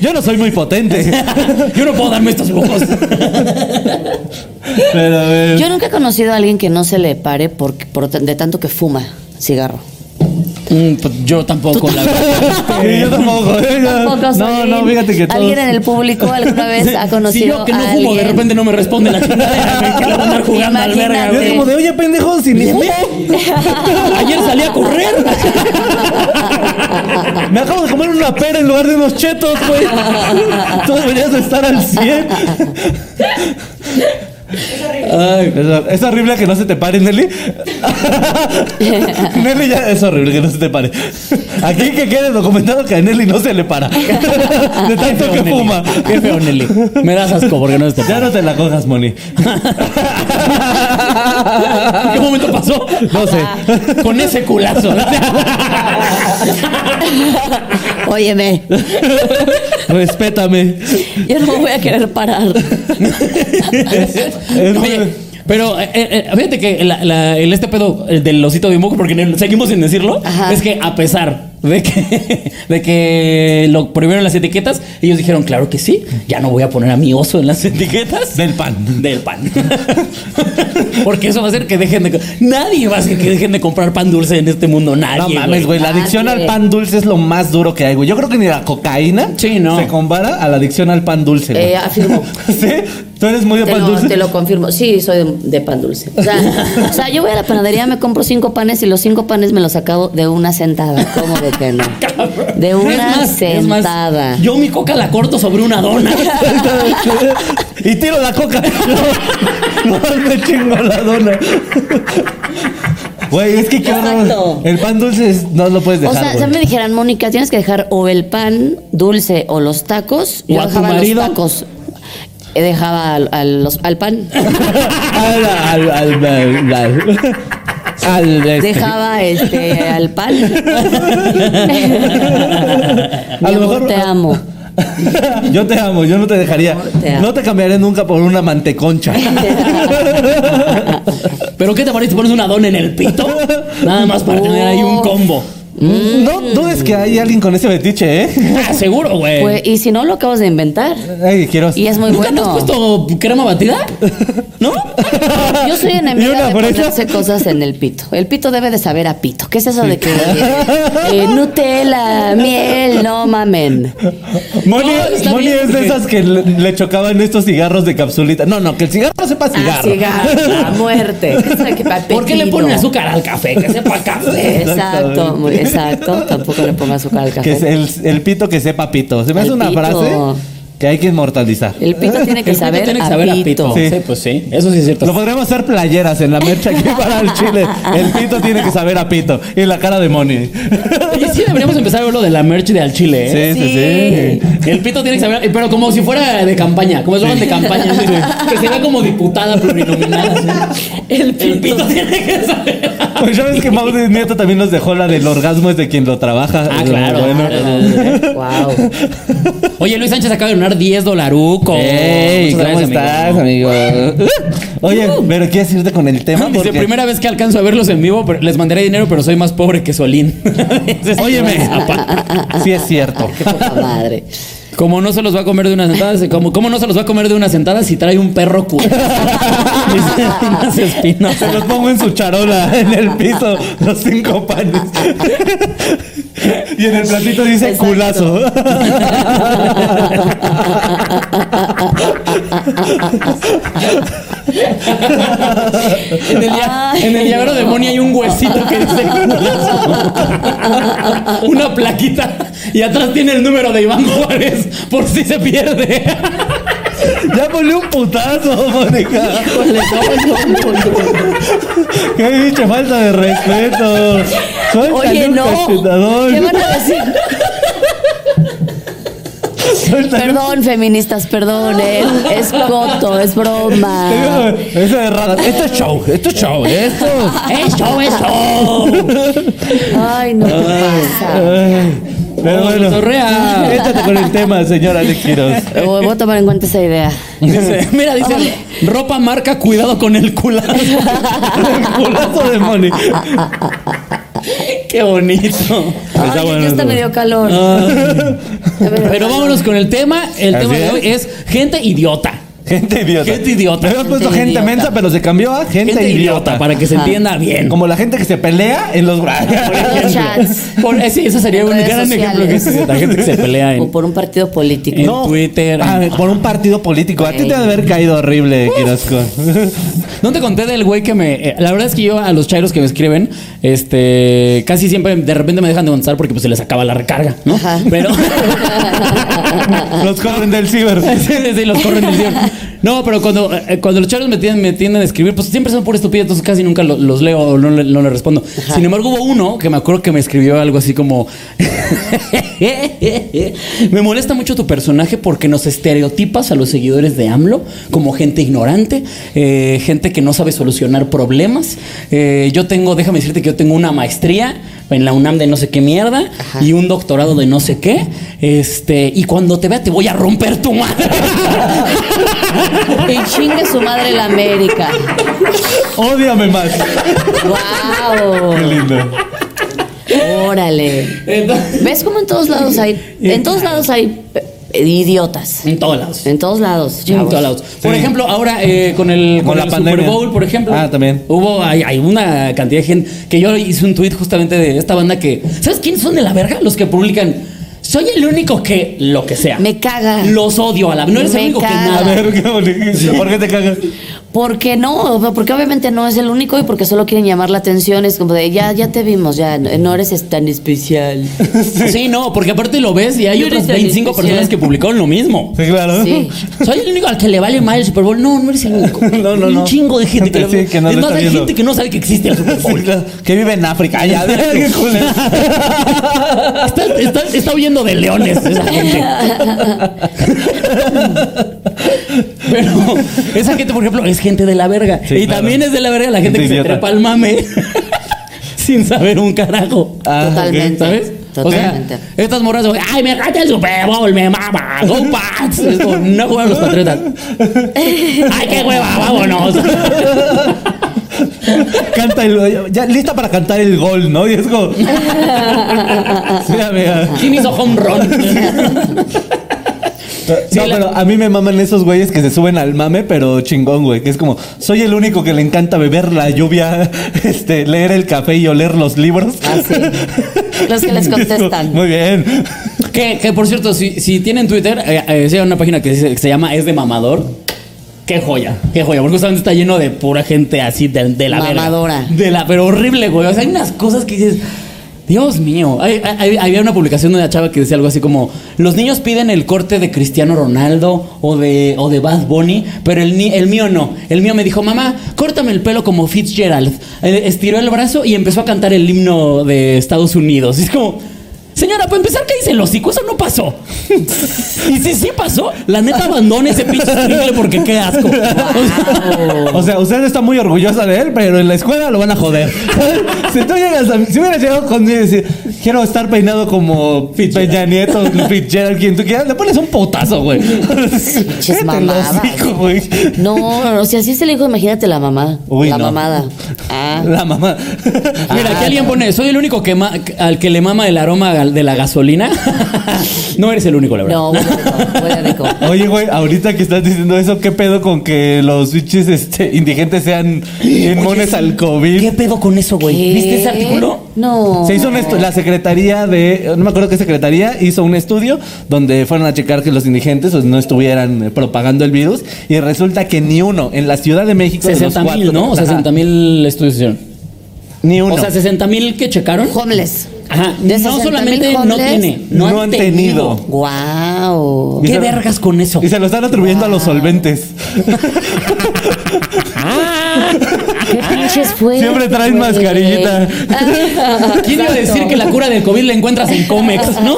Speaker 1: Yo no soy muy potente.
Speaker 2: Yo no puedo darme estos lujos.
Speaker 1: Pero, eh,
Speaker 3: Yo nunca he conocido a alguien que no se le pare por, por- de tanto que fuma cigarro.
Speaker 1: Mm, pues,
Speaker 2: yo tampoco, la verdad.
Speaker 1: sí, yo tampoco. eh, yo-
Speaker 3: Tampoco
Speaker 1: no,
Speaker 3: soy-
Speaker 1: no, fíjate que todos.
Speaker 3: Alguien en el público alguna vez ha
Speaker 2: Si
Speaker 3: conocido
Speaker 2: yo que no
Speaker 3: a
Speaker 2: fumo, de
Speaker 3: alguien.
Speaker 2: repente no me responde la chingadera. güey, que le voy a andar jugando al verga,
Speaker 1: Yo es
Speaker 2: güey.
Speaker 1: como de, oye, pendejo, si ni
Speaker 2: Ayer salí a correr.
Speaker 1: Me acabo de comer una pera en lugar de unos chetos, güey. Tú deberías de estar al 100. Ay, es, es horrible que no se te pare, Nelly. Nelly ya es horrible que no se te pare. Aquí que quede documentado que a Nelly no se le para. De tanto que fuma.
Speaker 2: Qué feo, Nelly. Me das asco porque no está.
Speaker 1: Ya no te la cojas, Moni.
Speaker 2: ¿En qué momento pasó?
Speaker 1: No sé.
Speaker 2: Con ese culazo.
Speaker 3: Óyeme,
Speaker 1: Respétame.
Speaker 3: yo no me voy a querer parar.
Speaker 1: Es-
Speaker 2: Oye, pero eh, eh, fíjate que la- la- el, este pedo el del osito bimbo, porque ne- seguimos sin decirlo,
Speaker 3: Ajá.
Speaker 2: es que a pesar de que, de que lo prohibieron las etiquetas, ellos dijeron, claro que sí, ya no voy a poner a mi oso en las etiquetas.
Speaker 1: Del pan.
Speaker 2: Del pan. porque eso va a hacer que dejen de... co- Nadie va a hacer que dejen de comprar pan dulce en este mundo, nadie.
Speaker 1: No mames, güey. La
Speaker 3: Nadie.
Speaker 1: adicción al pan dulce es lo más duro que hay, güey. Yo creo que ni la cocaína
Speaker 2: Sí, no.
Speaker 1: se compara a la adicción al pan dulce, güey.
Speaker 3: Eh, afirmo.
Speaker 1: ¿Sí? ¿Tú eres muy de
Speaker 3: Te
Speaker 1: pan
Speaker 3: lo,
Speaker 1: dulce?
Speaker 3: te lo confirmo. Sí, soy de, de pan dulce. O sea, o sea, yo voy a la panadería, me compro cinco panes y los cinco panes me los acabo de una sentada. ¿Cómo de que no? De una
Speaker 2: es más,
Speaker 3: sentada.
Speaker 2: yo mi coca la corto sobre una dona.
Speaker 1: y tiro la coca. No, no me chingo la dona. Güey, es que qué horror.
Speaker 3: Exacto.
Speaker 1: El pan dulce es- no lo puedes
Speaker 3: O
Speaker 1: dejar,
Speaker 3: sea, si
Speaker 1: güey.
Speaker 3: me dijeran, Mónica, tienes que dejar o el pan dulce o los tacos.
Speaker 2: ¿O
Speaker 3: Yo
Speaker 2: a tu
Speaker 3: dejaba
Speaker 2: marido?
Speaker 3: los tacos. Eh, Dejaba al, al- los- al pan.
Speaker 1: Al, al, al, al, al- al este.
Speaker 3: Dejaba este, al pan. Mi
Speaker 1: A lo
Speaker 3: amor,
Speaker 1: mejor-
Speaker 3: te amo.
Speaker 1: Yo te amo, yo no te dejaría.
Speaker 3: Te amo.
Speaker 1: No te cambiaré nunca por una manteconcha.
Speaker 2: ¿Pero qué te parece? ¿Pones una dona en el pito? Nada más para tener ahí
Speaker 3: Oh.
Speaker 2: un combo.
Speaker 1: No dudes que hay alguien con ese fetiche, ¿eh?
Speaker 2: Ah, seguro, güey.
Speaker 3: Pues, y si no, lo acabas de inventar.
Speaker 1: Ay, quiero.
Speaker 3: Y es muy
Speaker 2: ¿Nunca te has
Speaker 3: bueno.
Speaker 2: puesto crema batida? ¿No?
Speaker 3: Yo soy
Speaker 1: ¿Y una
Speaker 3: enemiga de
Speaker 1: fresa?
Speaker 3: ponerse cosas en el pito. El pito debe de saber a pito. ¿Qué es eso de que eh, Nutella, miel, no mamen?
Speaker 1: Moni,
Speaker 2: No, está
Speaker 1: Moni
Speaker 2: bien,
Speaker 1: es de
Speaker 2: porque-
Speaker 1: esas que le, le chocaban estos cigarros de capsulita. No, no, que el cigarro sepa
Speaker 3: Ah,
Speaker 1: cigarro.
Speaker 3: cigarro, a muerte. ¿Qué sabe que pa-
Speaker 2: ¿Por qué le
Speaker 3: pepino?
Speaker 2: ponen azúcar al café? Que sepa café.
Speaker 3: Exacto,
Speaker 1: Exactamente.
Speaker 3: muy- exacto. Tampoco le ponga azúcar al
Speaker 1: Que es
Speaker 3: café.
Speaker 1: el, el pito que sepa pito. Se me
Speaker 3: El
Speaker 1: hace una
Speaker 3: pito.
Speaker 1: frase que hay que inmortalizar.
Speaker 3: El pito tiene que
Speaker 2: El pito
Speaker 3: saber,
Speaker 2: tiene que
Speaker 3: a,
Speaker 2: saber a
Speaker 3: pito.
Speaker 2: pito. Sí. pues sí. Eso sí es cierto.
Speaker 1: Lo podríamos hacer playeras en la mercha aquí para el Chile. El pito tiene que saber a pito. Y la cara de Moni.
Speaker 2: Oye, sí deberíamos empezar a ver lo de la merch de al chile, ¿eh?
Speaker 1: Sí, sí, sí.
Speaker 2: El pito tiene que saber, pero como si fuera de campaña, como si fueran de campaña, así, que se vea como diputada plurinominal. así. El pito, tiene que saber. a
Speaker 1: Pues ya ves que Mau de Nieto también nos dejó la del orgasmo es de quien lo trabaja.
Speaker 2: Ah, claro.
Speaker 1: Bueno.
Speaker 3: Wow.
Speaker 2: Oye, Luis Sánchez acaba de donar 10 dolarucos.
Speaker 1: Ey,
Speaker 2: Oh, Muchas
Speaker 1: ¿cómo
Speaker 2: gracias, amigo. Uh.
Speaker 1: estás, amigo? Oye, pero ¿quieres irte con el tema?
Speaker 2: Dice,
Speaker 1: Porque-
Speaker 2: primera vez que alcanzo a verlos en vivo, pero les mandaré dinero, pero soy más pobre que Solín. Ese es-
Speaker 1: Óyeme. Sí es cierto.
Speaker 3: Qué poca madre.
Speaker 2: Como no se los va a comer de una sentada, se- como, como no se los va a comer de una sentada si trae un perro cuero. Dice Unas espinas.
Speaker 1: Se los pongo en su charola, en el piso, los cinco panes. Y en el platito dice
Speaker 3: Exacto.
Speaker 1: culazo.
Speaker 2: En el, lla-
Speaker 3: Ay.
Speaker 2: en el llavero de Moni hay un huesito que dice una plaquita y atrás tiene el número de Iván Juárez por si se pierde.
Speaker 1: Ya ponle un putazo, Mónica. Qué pinche falta de respeto. Suéltale
Speaker 3: Oye,
Speaker 1: un
Speaker 3: no. ¿Qué
Speaker 1: cachetadón.
Speaker 3: van a decir?
Speaker 1: Suéltale un-
Speaker 3: Perdón, feministas, perdón. Es, es coto, es broma.
Speaker 1: Eso es raro. Esto es show, esto es show, esto.
Speaker 2: Eso, eso.
Speaker 3: Ay, no, ¿qué pasa?
Speaker 1: Pero bueno,
Speaker 2: cotorrea.
Speaker 1: quédate con el tema, señora Alex Quiroz.
Speaker 3: Eh, Voy a tomar en cuenta esa idea.
Speaker 2: Dice, mira, dice, ropa marca, cuidado con el culazo.
Speaker 1: El culazo de Moni.
Speaker 2: Qué bonito.
Speaker 1: Está
Speaker 3: Ay,
Speaker 1: bueno,
Speaker 3: ya
Speaker 1: está
Speaker 3: está medio calor. Ya me dio
Speaker 2: Ah. Pero
Speaker 3: calor.
Speaker 2: vámonos con el tema. El
Speaker 1: Así
Speaker 2: tema de
Speaker 1: es.
Speaker 2: hoy es gente idiota.
Speaker 1: Gente idiota.
Speaker 2: Gente idiota.
Speaker 1: Le habías puesto
Speaker 3: Gente
Speaker 1: gente
Speaker 3: idiota.
Speaker 1: mensa, pero se cambió a gente,
Speaker 2: Gente, idiota,
Speaker 1: idiota.
Speaker 2: para que se
Speaker 3: Ajá.
Speaker 2: entienda bien.
Speaker 1: Como la gente que se pelea en los
Speaker 3: En los chats.
Speaker 2: Por- ese, ese sería
Speaker 3: En
Speaker 2: un
Speaker 3: redes
Speaker 2: gran ejemplo que
Speaker 3: sociales.
Speaker 2: es la gente que se pelea
Speaker 3: O
Speaker 2: en.
Speaker 3: por un partido político.
Speaker 2: en Twitter.
Speaker 1: Ah, por un partido político. A ti te ha de haber caído horrible, Quirozco.
Speaker 2: No te conté del güey que me. eh, la verdad es que yo a los chairos que me escriben, este. Casi siempre de repente me dejan de contestar porque pues se les acaba la recarga, ¿no?
Speaker 3: Ajá.
Speaker 2: Pero.
Speaker 1: Los corren del ciber.
Speaker 2: Sí, sí, los corren del cielo. No, pero cuando, eh, cuando los charos me tienden, me tienden a escribir, pues siempre son por estupidez, entonces casi nunca lo- los leo o no, le- no le respondo. Sin embargo, hubo uno que me acuerdo que me escribió algo así como: Me molesta mucho tu personaje porque nos estereotipas a los seguidores de AMLO como gente ignorante, eh, gente que no sabe solucionar problemas. Eh, yo tengo, déjame decirte que yo tengo una maestría en la UNAM de no sé qué mierda
Speaker 3: Ajá.
Speaker 2: y un doctorado de no sé qué. Este, y cuando te vea te voy a romper tu madre.
Speaker 3: Y chingue su madre la América.
Speaker 1: Ódiame más. Qué
Speaker 3: ¡Wow!
Speaker 1: lindo.
Speaker 3: Órale.
Speaker 2: Entonces-
Speaker 3: ¿Ves cómo en todos lados hay. En todos lados hay eh, idiotas.
Speaker 2: en todos lados.
Speaker 3: En todos lados.
Speaker 2: En
Speaker 3: chavos.
Speaker 2: todos lados. Por
Speaker 1: Sí.
Speaker 2: ejemplo, ahora eh, con el,
Speaker 1: Con
Speaker 2: con
Speaker 1: la
Speaker 2: el
Speaker 1: pandemia.
Speaker 2: Super Bowl, por ejemplo.
Speaker 1: Ah, también.
Speaker 2: Hubo, hay, hay una cantidad de gente que yo hice un tweet justamente de esta banda que. ¿Sabes quiénes son de la verga? Los que publican. Soy el único que lo que sea.
Speaker 3: Me caga.
Speaker 2: Los odio a la No eres
Speaker 3: Me
Speaker 2: el único
Speaker 3: caga.
Speaker 2: que
Speaker 1: A
Speaker 2: nada.
Speaker 1: ver, qué bonito. ¿Por qué te cagas?
Speaker 3: Porque no, porque obviamente no es el único y porque solo quieren llamar la atención. Es como de ya, ya te vimos, ya no no eres tan especial.
Speaker 2: Sí. no, porque aparte lo ves y hay
Speaker 3: No eres
Speaker 2: otras
Speaker 3: tan
Speaker 2: 25
Speaker 3: especial.
Speaker 2: personas que publicaron lo mismo.
Speaker 1: Sí, claro.
Speaker 3: Sí.
Speaker 2: Soy el único al que le vale mal el Super Bowl. No, no eres el único.
Speaker 1: No, no,
Speaker 2: Hay
Speaker 1: no.
Speaker 2: Un chingo de gente que,
Speaker 1: Sí,
Speaker 2: lo-
Speaker 1: que no lo
Speaker 2: Es más,
Speaker 1: está
Speaker 2: hay
Speaker 1: viendo.
Speaker 2: gente que no sabe que existe el Super Bowl.
Speaker 1: Sí, claro. Que vive en África. Ay, a ver, qué culero.
Speaker 2: Está, está, está huyendo de leones esa gente. Pero esa gente, por ejemplo, es gente de la verga.
Speaker 1: Sí,
Speaker 2: y
Speaker 1: claro.
Speaker 2: también es de la verga la gente
Speaker 1: Gente
Speaker 2: que se
Speaker 1: idiota.
Speaker 2: trepa al mame sin saber un carajo.
Speaker 1: Ah,
Speaker 3: Totalmente.
Speaker 2: ¿Sabes?
Speaker 3: Totalmente.
Speaker 2: O sea, estas morras, de, ay, me encanta el Super Bowl, me mama, go Pats. Es como, no juegan los patriotas. ay, qué hueva, vámonos.
Speaker 1: ok. Canta el. Ya lista para cantar el gol, ¿no? Y es como. Sí, amiga.
Speaker 2: ¿Quién hizo home run? Sí,
Speaker 1: no,
Speaker 2: la-
Speaker 1: pero a mí me maman esos güeyes que se suben al mame, pero chingón, güey. Que es como, soy el único que le encanta beber la lluvia, este, leer el café y oler los libros.
Speaker 3: Ah, sí. Los que les
Speaker 1: Y es como,
Speaker 3: contestan.
Speaker 1: Muy bien.
Speaker 2: Que, que, por cierto, si, si tienen Twitter, eh, eh, sí hay una página que se, que se llama Es de Mamador. Qué joya, qué joya, porque justamente está lleno de pura gente así de, de la verga.
Speaker 3: Mamadora.
Speaker 2: De la, pero horrible, güey. O sea, hay unas cosas que dices. Dios mío, Hay- hay- había una publicación de una chava que decía algo así como, los niños piden el corte de Cristiano Ronaldo o de, o de Bad Bunny, pero el, ni- el mío no. El mío me dijo, mamá, córtame el pelo como Fitzgerald. Eh, Estiró el brazo y empezó a cantar el himno de Estados Unidos. Y es como, señora, para empezar, ¿qué dice el hocico? Eso no pasó. y si sí pasó, la neta abandone ese pinche triple porque qué asco.
Speaker 1: O sea, usted está muy orgullosa de él, pero en la escuela lo van a joder. si tú llegas a, si hubieras llegado conmigo y decir, quiero estar peinado como Peña Nieto, Fitzgerald, quien tú quieras, le pones un potazo, güey.
Speaker 3: Pinches
Speaker 1: Cállate el
Speaker 3: mamadas.
Speaker 1: hocico, güey.
Speaker 3: No, no, no, si así es el hijo, imagínate la mamá.
Speaker 1: Uy,
Speaker 3: la
Speaker 1: no.
Speaker 3: mamada. Ah.
Speaker 1: La mamá.
Speaker 2: Mira, aquí alguien pone, soy el único que ma- al que le mama el aroma gal- de la gasolina. No eres el único, la verdad.
Speaker 3: No, huele rico, huele rico.
Speaker 1: Oye, güey, ahorita que estás diciendo eso, ¿qué pedo con que los bichos este, indigentes sean inmunes al COVID?
Speaker 2: ¿Qué pedo con eso, güey?
Speaker 3: ¿Qué?
Speaker 2: ¿Viste ese artículo?
Speaker 3: ¿eh? No.
Speaker 1: Se hizo un estu- la secretaría de, no me acuerdo qué secretaría, hizo un estudio donde fueron a checar que los indigentes pues, no estuvieran eh, propagando el virus y resulta que ni uno en la Ciudad de México. de los
Speaker 2: 60 mil,
Speaker 1: cuatro-
Speaker 2: ¿no?
Speaker 1: Ajá,
Speaker 2: 60 mil estudios hicieron.
Speaker 1: Ni uno.
Speaker 2: O sea, 60 mil que checaron.
Speaker 3: Homeless.
Speaker 2: Ajá.
Speaker 3: De
Speaker 2: no
Speaker 3: 60,000
Speaker 2: solamente no
Speaker 3: homeless.
Speaker 2: tiene, no, han tenido.
Speaker 3: Wow.
Speaker 1: Y
Speaker 2: ¿Qué
Speaker 1: se-
Speaker 2: vergas con eso?
Speaker 1: y se lo están atribuyendo a los solventes.
Speaker 2: Ah.
Speaker 3: Qué pinches fue.
Speaker 1: Siempre traen mascarillita.
Speaker 2: ¿Quién iba a decir que la cura del COVID la encuentras en cómics, no?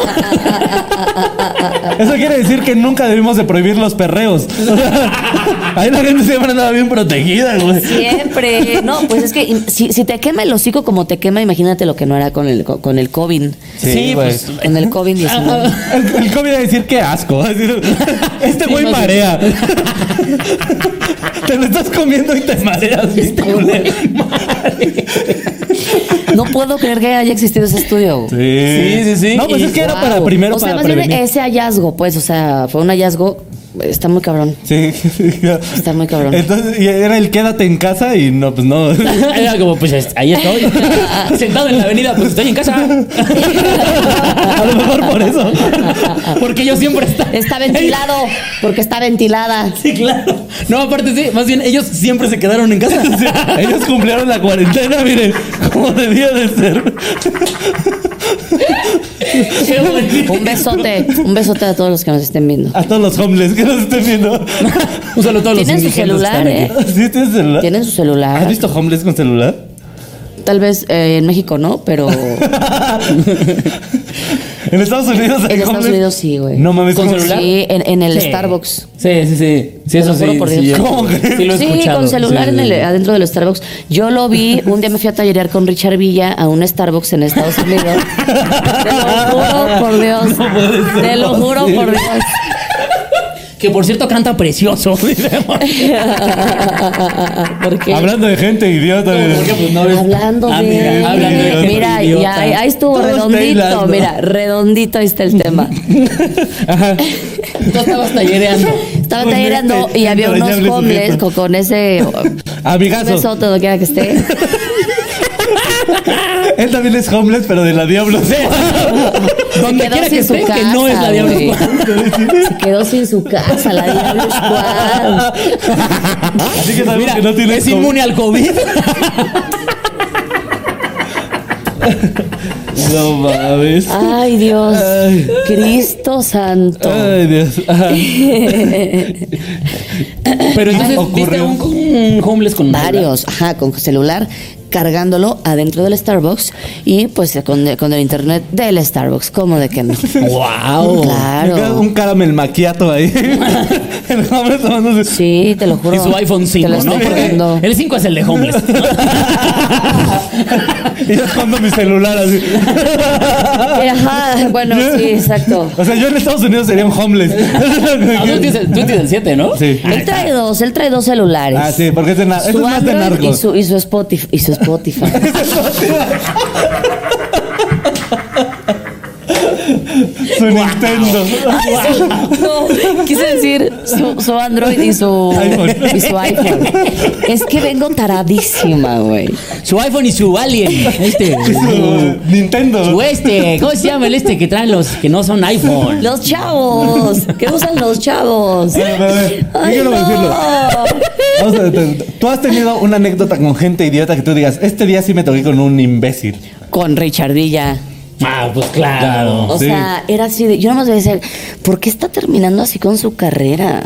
Speaker 1: Eso quiere decir que nunca debimos de prohibir los perreos. O sea, ahí la gente siempre andaba bien protegida, güey.
Speaker 3: Siempre. No, pues es que im- si, si te quema el hocico como te quema, imagínate lo que no era con el, co- con el COVID.
Speaker 1: Sí,
Speaker 2: pues.
Speaker 1: güey.
Speaker 3: Con el COVID-19.
Speaker 1: El, el COVID iba a decir que asco. Así, Este
Speaker 2: Sí,
Speaker 1: güey
Speaker 2: no sé.
Speaker 1: marea. te lo estás comiendo y te mareas,
Speaker 2: Este
Speaker 1: ¿viste? culero?
Speaker 3: No puedo creer que haya existido ese estudio.
Speaker 1: Sí,
Speaker 2: Sí, sí, sí.
Speaker 1: No, pues
Speaker 2: Y-
Speaker 1: es que era
Speaker 3: Wow.
Speaker 1: para primero
Speaker 3: O sea,
Speaker 1: para
Speaker 3: más bien
Speaker 1: prevenir.
Speaker 3: ese hallazgo, pues, o sea, fue un hallazgo. Está muy cabrón.
Speaker 1: Sí,
Speaker 3: Está muy cabrón.
Speaker 1: Entonces, y era el quédate en casa y no, pues no.
Speaker 2: Era como, pues ahí estoy. Sentado en la avenida, pues estoy en casa.
Speaker 1: A lo mejor por eso.
Speaker 2: Porque yo siempre está.
Speaker 3: Está ventilado, porque está ventilada.
Speaker 2: Sí, claro. No, aparte sí, más bien ellos siempre se quedaron en casa.
Speaker 1: Ellos cumplieron la cuarentena, miren, como debía de ser.
Speaker 2: Qué bonito.
Speaker 3: Un besote, un besote a todos los que nos estén viendo.
Speaker 1: A todos los homeless que nos estén viendo.
Speaker 2: Un saludo a todos los
Speaker 3: Tienen su
Speaker 2: indigentes que
Speaker 3: celular,
Speaker 2: están aquí.
Speaker 3: ¿eh?
Speaker 1: ¿Sí tienes celular?
Speaker 3: ¿Tienen su
Speaker 1: ¿Has
Speaker 3: celular?
Speaker 1: visto homeless con celular?
Speaker 3: Tal vez eh, en México no, pero
Speaker 1: en Estados Unidos hay
Speaker 3: en Estados
Speaker 1: homeless.
Speaker 3: Unidos sí, güey.
Speaker 1: No mames,
Speaker 2: ¿Con
Speaker 1: ¿cómo-
Speaker 2: celular?
Speaker 3: Sí, en, en el
Speaker 2: Sí.
Speaker 3: Starbucks.
Speaker 2: Sí, sí, sí. Sí, eso
Speaker 3: lo juro
Speaker 2: sí.
Speaker 3: por
Speaker 2: sí,
Speaker 3: Dios.
Speaker 2: yo-
Speaker 1: ¿Cómo crees?
Speaker 2: sí lo he
Speaker 3: Sí,
Speaker 2: escuchado.
Speaker 3: con celular
Speaker 2: Sí,
Speaker 3: en el-
Speaker 2: sí, sí.
Speaker 3: adentro del Starbucks. Yo lo vi, un día me fui a tallerear con Richard Villa a un Starbucks en Estados Unidos. Te lo juro por Dios.
Speaker 1: No puede ser
Speaker 3: Te lo juro
Speaker 1: posible.
Speaker 3: por Dios.
Speaker 2: Que por cierto canta precioso.
Speaker 3: Porque
Speaker 1: Hablando de gente idiota.
Speaker 3: pues, hablando
Speaker 2: Ah,
Speaker 3: de
Speaker 2: mira, hablando de gente
Speaker 3: mira, y
Speaker 2: idiota.
Speaker 3: ahí, ahí estuvo
Speaker 1: Todos
Speaker 3: redondito,
Speaker 1: bailando.
Speaker 3: mira, redondito ahí está el tema.
Speaker 1: Ajá.
Speaker 2: Tú estabas tallereando.
Speaker 3: Estaba
Speaker 1: Con
Speaker 3: tallereando
Speaker 1: este
Speaker 3: y había unos
Speaker 1: entrañable
Speaker 3: hombres
Speaker 1: sujeto.
Speaker 3: con, con ese
Speaker 1: Amigazo.
Speaker 3: beso todo quiera que esté.
Speaker 1: Él también es homeless, pero de la diablo.
Speaker 2: Donde
Speaker 3: quedó
Speaker 2: quiera que
Speaker 3: sin su
Speaker 2: esté, que no es la
Speaker 3: casa,
Speaker 2: diablo.
Speaker 3: güey. Se quedó sin su casa, la Diablo Squad.
Speaker 1: Así que sabemos
Speaker 2: Mira,
Speaker 1: que no tiene
Speaker 2: es
Speaker 1: COVID.
Speaker 2: inmune al COVID.
Speaker 1: No mames.
Speaker 3: Ay, Dios.
Speaker 1: Ay.
Speaker 3: Cristo santo.
Speaker 1: Ay, Dios. Ah. Ajá.
Speaker 2: Pero entonces, ¿viste a
Speaker 1: Ocurrió.
Speaker 2: un, un homeless con
Speaker 3: Varios, ajá, con celular cargándolo adentro del Starbucks y pues con, con el internet del Starbucks, ¿cómo de que no?
Speaker 2: ¡Wow!
Speaker 3: Claro.
Speaker 1: Un caramel maquiato ahí. El homeless tomándose.
Speaker 3: Sí, te lo juro.
Speaker 2: Y su iPhone 5,
Speaker 3: Te lo
Speaker 2: ¿no?
Speaker 3: estoy
Speaker 2: Porque
Speaker 3: jurando.
Speaker 2: el 5 es el de homeless.
Speaker 1: Y yo escondo mi celular así.
Speaker 2: Ah.
Speaker 3: Eh, Ajá, bueno, sí, exacto.
Speaker 1: O sea, yo en Estados Unidos sería un homeless.
Speaker 2: No, tú tienes el- tú tienes el 7, ¿no?
Speaker 1: Sí.
Speaker 3: Él trae dos, él trae dos celulares.
Speaker 1: Ah, sí, porque es de na- esto
Speaker 3: Su
Speaker 1: es más de
Speaker 3: Android y
Speaker 1: narcos.
Speaker 3: su, y su Spotify. Y su Spotify.
Speaker 1: Su Nintendo.
Speaker 3: Ay, su- no, quise decir su, su Android y su
Speaker 1: iPhone.
Speaker 3: y su iPhone. Es que vengo taradísima, güey.
Speaker 2: Su iPhone y su Alien. Este.
Speaker 1: Su
Speaker 2: Su
Speaker 1: Nintendo.
Speaker 2: este. ¿Cómo se llama el este que traen los que no son iPhone?
Speaker 3: Los chavos. ¿Qué usan los chavos?
Speaker 1: Oye, pero, a ver, yo
Speaker 3: Ay,
Speaker 1: quiero
Speaker 3: no.
Speaker 1: decirlo. Vamos a detener. Tú has tenido una anécdota con gente idiota que tú digas, este día sí me toqué con un imbécil.
Speaker 3: Con Richard Villa.
Speaker 2: Ah, pues claro.
Speaker 1: Claro.
Speaker 3: O
Speaker 1: Oh, Sí.
Speaker 3: sea, era así de. Yo nomás voy a decir, ¿por qué está terminando así con su carrera?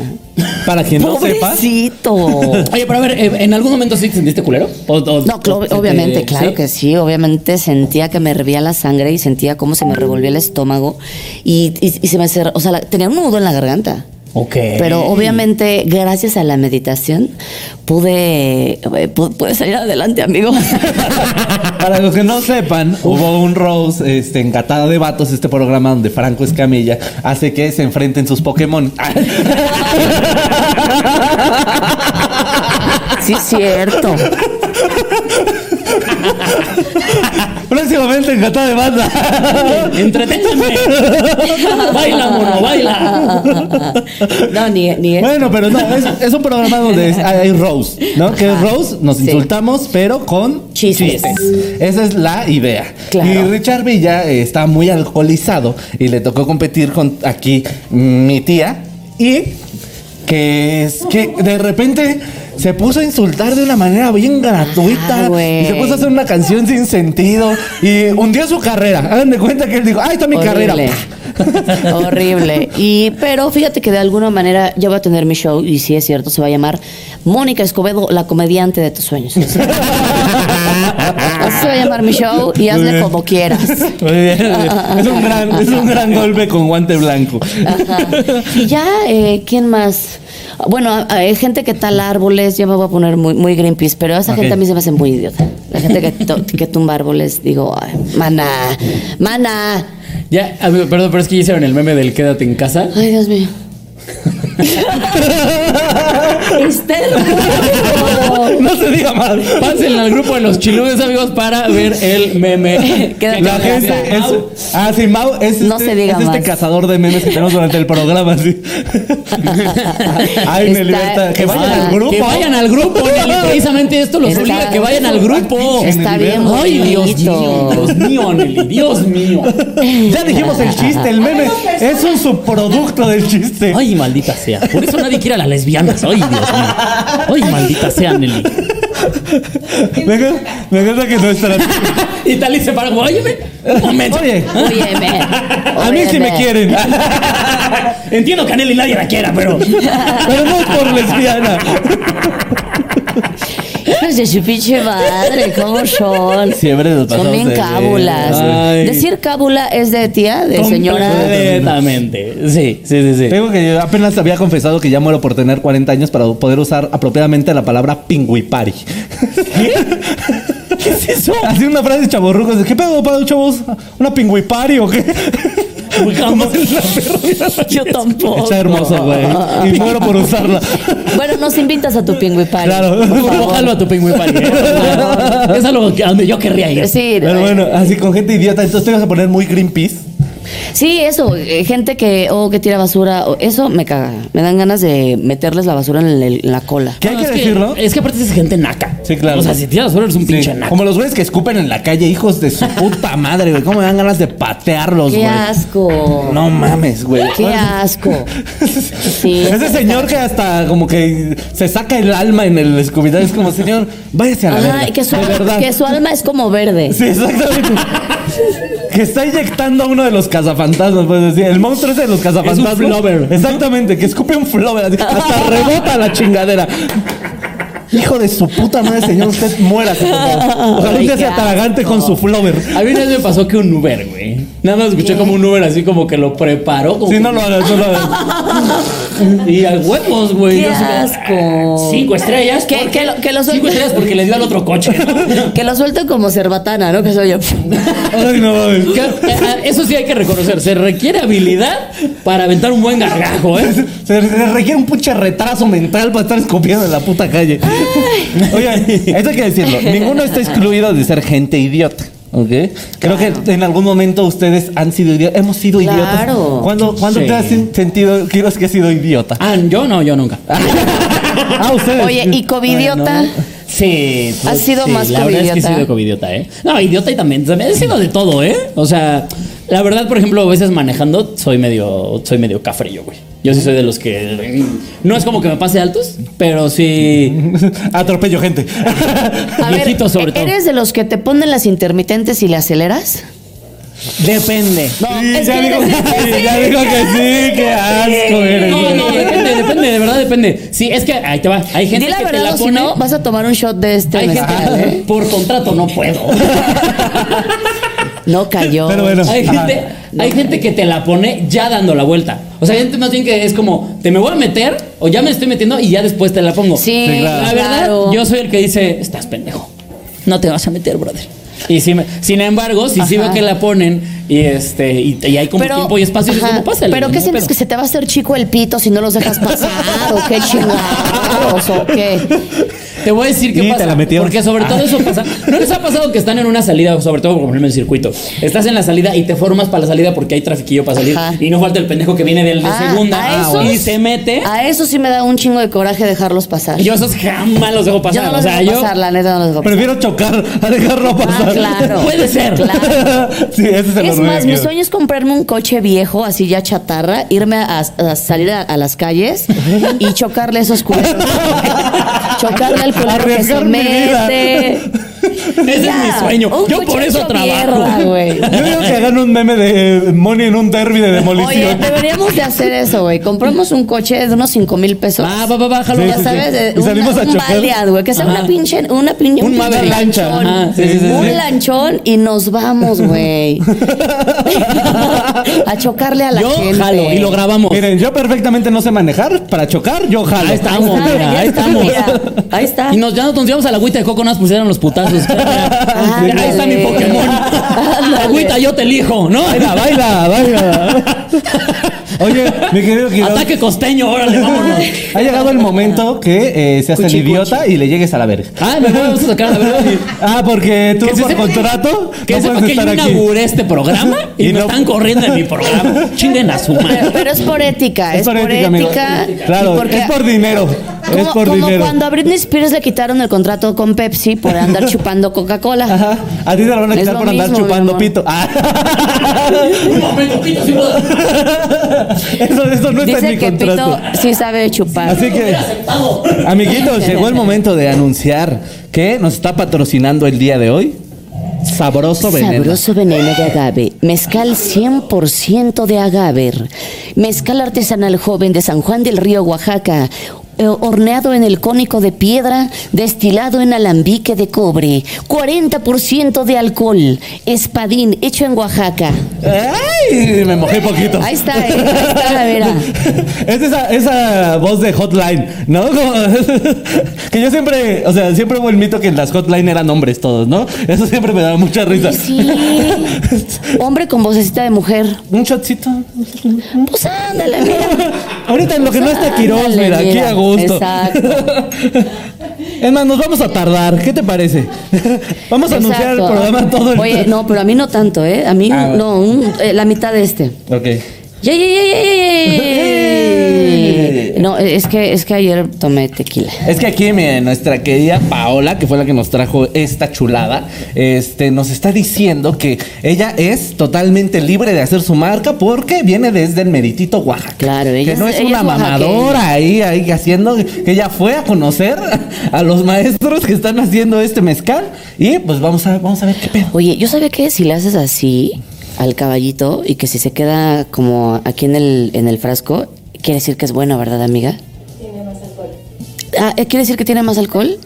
Speaker 1: Para quien no sepa.
Speaker 3: Pobrecito.
Speaker 2: Oye, pero a ver, ¿eh, ¿en algún momento sí te sentiste culero? O- o-
Speaker 3: No, cl-
Speaker 2: o se te-
Speaker 3: obviamente, claro
Speaker 2: ¿sí?
Speaker 3: que sí. Obviamente sentía que me hervía la sangre y sentía cómo se me revolvía el estómago y, y- y se me cerró. O sea, la- tenía un nudo en la garganta.
Speaker 2: Ok.
Speaker 3: Pero obviamente, gracias a la meditación, pude, eh, pu- pude salir adelante, amigo.
Speaker 1: Para los que no sepan, hubo un Rose este, en Catada de Vatos, este programa donde Franco Escamilla hace que se enfrenten sus Pokémon.
Speaker 3: sí, es cierto.
Speaker 1: Próximamente Próximamente en Gata de Banda.
Speaker 2: Entreténganme. baila, mono, baila.
Speaker 3: No, ni, ni
Speaker 1: Bueno, pero no, es, es un programa donde es- hay hay Rose, ¿no? Que es
Speaker 3: Ajá.
Speaker 1: Rose, nos
Speaker 3: Sí.
Speaker 1: insultamos, pero con
Speaker 3: Chistes.
Speaker 1: Este, Esa es la idea.
Speaker 3: Claro.
Speaker 1: Y Richard Villa eh, está muy alcoholizado y le tocó competir con aquí mi tía y que es que de repente se puso a insultar de una manera bien gratuita
Speaker 3: Ah, güey.
Speaker 1: y se puso a hacer una canción sin sentido y hundió su carrera. Hagan de cuenta que él dijo, "Ahí está mi carrera."
Speaker 3: Horrible. Horrible. Y, pero fíjate que de alguna manera ya voy a tener mi show y si es cierto, se va a llamar Mónica Escobedo, la comediante de tus sueños. Así se va a llamar mi show y hazle como quieras.
Speaker 1: Muy bien, muy bien. Es un gran, es un gran golpe con guante blanco.
Speaker 3: Ajá. Y ya, eh, ¿quién más? Bueno, hay gente que tal árboles, ya me voy a poner muy, muy Greenpeace, pero esa
Speaker 1: Ok.
Speaker 3: gente a mí se me hace muy idiota. La gente que, to- que tumba árboles, digo, ay, mana, mana.
Speaker 2: Ya, amigo, perdón, pero es que ya hicieron el meme del quédate en casa.
Speaker 3: Ay, Dios mío. Está hermoso.
Speaker 1: No se diga más.
Speaker 2: Pásenla al grupo de los chiludes, amigos, para ver el meme.
Speaker 3: Quédate
Speaker 1: La
Speaker 3: en
Speaker 1: gente es. Ah, sí, Mau es
Speaker 3: No
Speaker 1: este,
Speaker 3: se diga
Speaker 1: es este
Speaker 3: más.
Speaker 1: cazador de memes que tenemos durante el programa, sí. Ay,
Speaker 3: Está-
Speaker 1: Nelly, ahorita, Que vayan
Speaker 3: está-
Speaker 1: al grupo.
Speaker 2: Que vayan al grupo, Nelly. Precisamente esto los
Speaker 3: Está-
Speaker 2: obliga a que vayan al grupo.
Speaker 3: Está bien
Speaker 2: Oh, Ay, Dios mío,
Speaker 3: bonito.
Speaker 2: Dios mío, Nelly, Dios mío.
Speaker 1: Ya dijimos el chiste, el meme es un subproducto del chiste.
Speaker 2: Ay, maldita sea. Por eso nadie quiere a las lesbianas. Ay, Dios mío. Ay, maldita sea, Nelly.
Speaker 1: Me encanta- me encanta que nuestra.
Speaker 2: Y tal y se para, óyeme. Un momento.
Speaker 1: Oye,
Speaker 3: Óyeme.
Speaker 1: a mí sí me
Speaker 3: óyeme.
Speaker 1: quieren,
Speaker 2: Entiendo que a Nelly nadie la quiera, pero.
Speaker 1: pero no es por lesbiana.
Speaker 3: Hijos de su pinche madre, ¿cómo son?
Speaker 1: Siempre nos
Speaker 3: Son
Speaker 1: pasamos
Speaker 3: bien
Speaker 1: de
Speaker 3: cábulas.
Speaker 1: verga. Ay.
Speaker 3: Decir cábula es de tía, de señora.
Speaker 2: Completamente. Sí, sí, sí, sí.
Speaker 1: Tengo que apenas había confesado que ya muero por tener 40 años para poder usar apropiadamente la palabra pingüipari.
Speaker 2: ¿Qué es eso?
Speaker 1: Así una frase de chaborrucos de ¿qué pedo, pedo, chavos? ¿Una pingüipari o qué?
Speaker 2: Jamás.
Speaker 3: Yo tampoco.
Speaker 1: Está hermoso, güey. Y muero por usarla.
Speaker 3: Bueno, nos invitas a tu pingüe party.
Speaker 1: Claro.
Speaker 3: por favor.
Speaker 2: Ojalá a tu pingüe party. ¿eh? Es a lo que- a donde yo querría ir.
Speaker 3: Sí, eh,
Speaker 1: Pero bueno, así con gente idiota, entonces te vas a poner muy Greenpeace.
Speaker 3: sí, eso, eh, gente que o que tira basura, o- eso me caga. Me dan ganas de meterles la basura en, el- en la cola.
Speaker 1: ¿Qué hay
Speaker 2: No,
Speaker 1: que
Speaker 2: es
Speaker 1: decirlo?
Speaker 2: es que aparte es gente naca.
Speaker 1: Sí, claro.
Speaker 2: O sea, si tiras basura eres un
Speaker 1: Sí,
Speaker 2: pinche naco.
Speaker 1: Como los güeyes que escupen en la calle, hijos de su puta madre, güey. ¿Cómo me dan ganas de patearlos,
Speaker 3: Qué
Speaker 1: güey?
Speaker 3: asco.
Speaker 1: No mames, güey.
Speaker 3: Qué asco. Sí.
Speaker 1: Ese señor que hasta como que se saca el alma en el Scooby-Doo es como, señor, váyase a la
Speaker 3: Ajá,
Speaker 1: verga.
Speaker 3: y que su,
Speaker 1: de verdad.
Speaker 3: que su alma es como verde.
Speaker 1: Sí, exactamente. que está inyectando a uno de los cazafantasmas, puedes decir. El monstruo ese de los cazafantasmas.
Speaker 2: Es un flubber.
Speaker 1: Exactamente, que escupe un flover. así, Hasta rebota la chingadera. Hijo de su puta madre, señor, usted muera. Ojalá
Speaker 3: Ay,
Speaker 1: usted
Speaker 3: qué
Speaker 1: se atragante con su flover.
Speaker 2: A mí una vez me pasó que un Uber, güey. Nada más escuché como un Uber así como que lo preparó. Como
Speaker 1: Si
Speaker 2: que-
Speaker 1: no lo hagas, no lo hagas.
Speaker 2: Y a huevos, güey.
Speaker 3: Qué
Speaker 2: Yo así como,
Speaker 3: asco.
Speaker 2: Cinco estrellas.
Speaker 3: Que-
Speaker 2: porque-
Speaker 3: que lo- que
Speaker 2: cinco
Speaker 3: lo suelte.
Speaker 2: estrellas porque le dio al otro coche. ¿no?
Speaker 3: Que lo suelto como cerbatana, ¿no? Que soy yo.
Speaker 1: Ay, no mames.
Speaker 2: Que- eh, eh, Eso sí hay que reconocer. Se requiere habilidad para aventar un buen gargajo, ¿eh?
Speaker 1: Se, se requiere un puche retraso mental para estar escupiendo en la puta calle. Oigan, esto hay que decirlo. Ninguno está excluido de ser gente idiota. ¿Ok? Creo que en algún momento ustedes han sido idiotas. Hemos sido
Speaker 3: Claro.
Speaker 1: idiotas. ¿Cuándo, cuándo
Speaker 2: Sí.
Speaker 1: te has sen- sentido, Kiros, que has sido idiota?
Speaker 2: Ah, yo no, yo nunca.
Speaker 1: Ah, ustedes.
Speaker 3: Oye, y covidiota.
Speaker 2: Sí. pues
Speaker 3: Has sido
Speaker 2: sí,
Speaker 3: más
Speaker 2: la verdad es que he
Speaker 3: covidiota.
Speaker 2: sido covidiota, ¿eh? No, idiota y también. también He sido de todo, ¿eh? O sea, la verdad, por ejemplo, a veces manejando soy medio, soy medio cafre yo, güey. Yo sí soy de los que... No es como que me pase altos, pero sí...
Speaker 1: Atropello gente.
Speaker 3: A ver,
Speaker 2: Viejito sobre todo.
Speaker 3: ¿eres de los que te ponen las intermitentes y le aceleras?
Speaker 2: Depende.
Speaker 3: No,
Speaker 1: Sí,
Speaker 3: es
Speaker 1: ya
Speaker 3: que
Speaker 1: digo
Speaker 3: eres-
Speaker 1: que sí, ya digo que sí, qué asco eres.
Speaker 2: Eh, No, no, depende, depende, de verdad depende. Sí, es que ahí te va. Hay gente
Speaker 3: Di la
Speaker 2: que te
Speaker 3: verdad,
Speaker 2: la
Speaker 3: o si
Speaker 2: pone.
Speaker 3: no, vas a tomar un shot de este
Speaker 2: hay gente
Speaker 3: mezcal,
Speaker 2: que
Speaker 3: ¿eh?
Speaker 2: por contrato no puedo.
Speaker 3: No cayó.
Speaker 1: Pero bueno.
Speaker 2: Hay
Speaker 3: Ah,
Speaker 1: Ajá.
Speaker 2: gente, hay gente que te la pone ya dando la vuelta. O sea, hay gente más bien que es como, te me voy a meter o ya me estoy metiendo y ya después te la pongo.
Speaker 3: Sí,
Speaker 1: Sí, claro.
Speaker 2: La verdad,
Speaker 3: claro.
Speaker 2: yo soy el que dice, estás pendejo. No te vas a meter, brother. Y si me- sin embargo, si sí
Speaker 3: Ajá.
Speaker 2: veo que la ponen y este y, y hay como tiempo y espacio,
Speaker 3: ajá,
Speaker 2: es como pásale.
Speaker 3: Pero ¿qué
Speaker 2: no
Speaker 3: sientes
Speaker 2: pedo".
Speaker 3: que se te va a hacer chico el pito si no los dejas pasar? ¿O qué chingados? ¿O qué?
Speaker 2: Te voy a decir qué
Speaker 1: Y te
Speaker 2: pasa.
Speaker 1: la metió.
Speaker 2: Porque sobre todo eso pasa. ¿No les ha pasado que están en una salida, sobre todo por ejemplo en circuito? Estás en la salida y te formas para la salida porque hay trafiquillo para salir.
Speaker 3: Ajá.
Speaker 2: Y no falta el pendejo que viene del de
Speaker 3: Ah,
Speaker 2: segunda
Speaker 3: a esos- Ah.
Speaker 2: y se mete.
Speaker 3: A eso sí me da un chingo de coraje dejarlos pasar.
Speaker 2: Yo esos jamás los dejo pasar.
Speaker 3: Yo no los
Speaker 2: o sea,
Speaker 3: dejo
Speaker 2: yo.
Speaker 3: pasar, la neta no los dejo pasar.
Speaker 1: Prefiero chocar a dejarlo pasar.
Speaker 3: Ah, claro.
Speaker 2: Puede ser.
Speaker 3: Claro.
Speaker 1: sí, ese es el
Speaker 3: Es
Speaker 1: orgullo
Speaker 3: más,
Speaker 1: que
Speaker 3: mi
Speaker 1: quiero.
Speaker 3: sueño es comprarme un coche viejo, así ya chatarra, irme a, a salir a, a las calles y chocarle a esos culeros. chocarle al culero que se
Speaker 1: Arriesgar mi vida.
Speaker 3: mete.
Speaker 2: Ese
Speaker 3: Ya,
Speaker 2: es mi sueño.
Speaker 3: un
Speaker 2: Yo por
Speaker 3: coche
Speaker 2: eso
Speaker 3: hecho
Speaker 2: trabajo.
Speaker 3: mierda, güey.
Speaker 1: Yo digo que hagan un meme de Money en un derby de
Speaker 3: Oye,
Speaker 1: demolición.
Speaker 3: deberíamos de hacer eso, güey. Compramos un coche de unos 5 mil pesos.
Speaker 2: Va, va, va, bájalo.
Speaker 1: Sí,
Speaker 3: ya
Speaker 1: sí, sí.
Speaker 3: sabes, de
Speaker 1: Y salimos
Speaker 3: una-
Speaker 1: a
Speaker 3: un
Speaker 1: chocar.
Speaker 3: Balead, güey, que sea
Speaker 2: Ajá.
Speaker 3: una pinche, una pinche,
Speaker 1: Un
Speaker 3: pinche
Speaker 1: Maverick.
Speaker 3: lanchón.
Speaker 2: Ajá, sí, sí, sí,
Speaker 3: un
Speaker 2: sí.
Speaker 3: lanchón y nos vamos, güey. a chocarle a la
Speaker 2: Yo
Speaker 3: gente.
Speaker 2: jalo y lo grabamos.
Speaker 1: Miren, yo perfectamente no sé manejar. Para chocar, yo jalo.
Speaker 2: Ahí estamos,
Speaker 3: Ajá,
Speaker 2: mira,
Speaker 3: ya
Speaker 2: ahí
Speaker 3: está,
Speaker 2: estamos.
Speaker 3: mira. Ahí está.
Speaker 2: Y nos, ya nos tiramos a la agüita de coco, nos pusieron los putazos.
Speaker 3: Ándale.
Speaker 2: ahí está mi Pokémon.
Speaker 3: Ándale.
Speaker 2: agüita, yo te elijo, ¿no?
Speaker 1: Baila, baila, baila. Oye, mi querido Quiroz,
Speaker 2: Ataque costeño, órale, vámonos.
Speaker 1: ha llegado el momento que eh, se hace el
Speaker 2: Cuchi,
Speaker 1: idiota y le llegues a la verga.
Speaker 2: Ah, me vamos a sacar la verdad.
Speaker 1: Ah, porque tú
Speaker 2: Que se
Speaker 1: por
Speaker 2: sepa que-
Speaker 1: contrato
Speaker 2: Que
Speaker 1: no
Speaker 2: sepa
Speaker 1: puedes
Speaker 2: que yo
Speaker 1: estar aquí.
Speaker 2: inauguré este programa y,
Speaker 1: Y
Speaker 2: me
Speaker 1: no-
Speaker 2: están corriendo en mi programa. Chinguen a su madre.
Speaker 3: Pero, pero es por ética, Ah, es, por ética.
Speaker 1: amigo.
Speaker 3: y
Speaker 1: Claro,
Speaker 3: porque-
Speaker 1: es por dinero.
Speaker 3: Como,
Speaker 1: es por
Speaker 3: como
Speaker 1: dinero.
Speaker 3: cuando a Britney Spears le quitaron el contrato con Pepsi por andar chupando Coca-Cola.
Speaker 1: Ajá. A ti te lo van a
Speaker 3: Es
Speaker 1: quitar
Speaker 3: lo
Speaker 1: por andar
Speaker 3: mismo, mi
Speaker 1: chupando
Speaker 3: amor.
Speaker 1: pito. Ah.
Speaker 2: Un momento, pito, si puedo.
Speaker 1: Eso, eso no está en
Speaker 3: Dice
Speaker 1: mi
Speaker 3: que
Speaker 1: contrato.
Speaker 3: Pito sí sabe chupar.
Speaker 1: Así que,
Speaker 2: aceptado.
Speaker 1: amiguitos, llegó el momento de anunciar que nos está patrocinando el día de hoy. Sabroso veneno.
Speaker 3: Sabroso veneno de agave. Mezcal 100% de agave. Mezcal artesanal joven de San Juan del Río, Oaxaca. Eh, Horneado en el cónico de piedra, destilado en alambique de cobre. 40% de alcohol. Espadín, hecho en Oaxaca.
Speaker 1: ¡Ay! Me mojé poquito.
Speaker 3: Ahí está, eh, ahí está, mira.
Speaker 1: Es esa, esa voz de hotline, ¿no? Como- que yo siempre, o sea, siempre hubo el mito que en las hotline eran hombres todos, ¿no? Eso siempre me daba mucha risa.
Speaker 3: Sí. Hombre con vocecita de mujer.
Speaker 1: Un shotcito.
Speaker 3: Pues ándale, mira.
Speaker 1: Ahorita en lo que no está Quiroz,
Speaker 3: Ándale,
Speaker 1: mira, aquí
Speaker 3: Ah, mira,
Speaker 1: a gusto.
Speaker 3: exacto.
Speaker 1: Es más, nos vamos a tardar. ¿Qué te parece? Vamos a anunciar el
Speaker 3: Exacto.
Speaker 1: programa todo el
Speaker 3: Oye, no, pero a mí no tanto, ¿eh? A mí,
Speaker 1: Ah, bueno.
Speaker 3: no, un- eh, la mitad de este.
Speaker 1: Ok.
Speaker 3: ¡Yay, yay, yay, yay, yay!
Speaker 1: ¡Yay!
Speaker 3: No, es que, es que ayer tomé tequila.
Speaker 1: Es que aquí miren, nuestra querida Paola, que fue la que nos trajo esta chulada, este, nos está diciendo que ella es totalmente libre de hacer su marca porque viene desde el meritito Oaxaca.
Speaker 3: Claro, ella
Speaker 1: que no
Speaker 3: es-
Speaker 1: es
Speaker 3: ella
Speaker 1: una
Speaker 3: es oaxaqueña.
Speaker 1: mamadora ahí, ahí haciendo, que ella fue a conocer a los maestros que están haciendo este mezcal y pues vamos a, vamos a ver qué pedo.
Speaker 3: Oye, yo sabía que si le haces así al caballito y que si se queda como aquí en el, en el frasco, quiere decir que es bueno, ¿verdad, amiga? Tiene más alcohol. Ah, ¿eh, ¿Quiere decir que tiene más alcohol?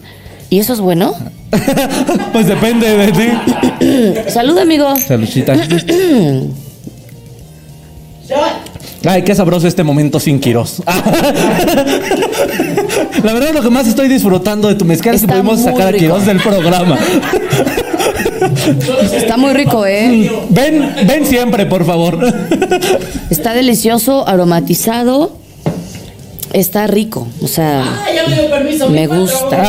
Speaker 3: ¿Y eso es bueno?
Speaker 1: pues depende de ti.
Speaker 3: Salud, amigo.
Speaker 1: Saluchita. Ay, qué sabroso este momento sin Quirós. La verdad, lo que más estoy disfrutando de tu mezcal es que
Speaker 3: Está
Speaker 1: pudimos
Speaker 3: muy
Speaker 1: sacar a
Speaker 3: rico.
Speaker 1: Quirós del programa.
Speaker 3: Está muy rico, ¿eh?
Speaker 1: Ven, ven siempre, por favor.
Speaker 3: Está delicioso, aromatizado. Está rico, o sea,
Speaker 2: Ah, ya me dio permiso.
Speaker 3: me gusta.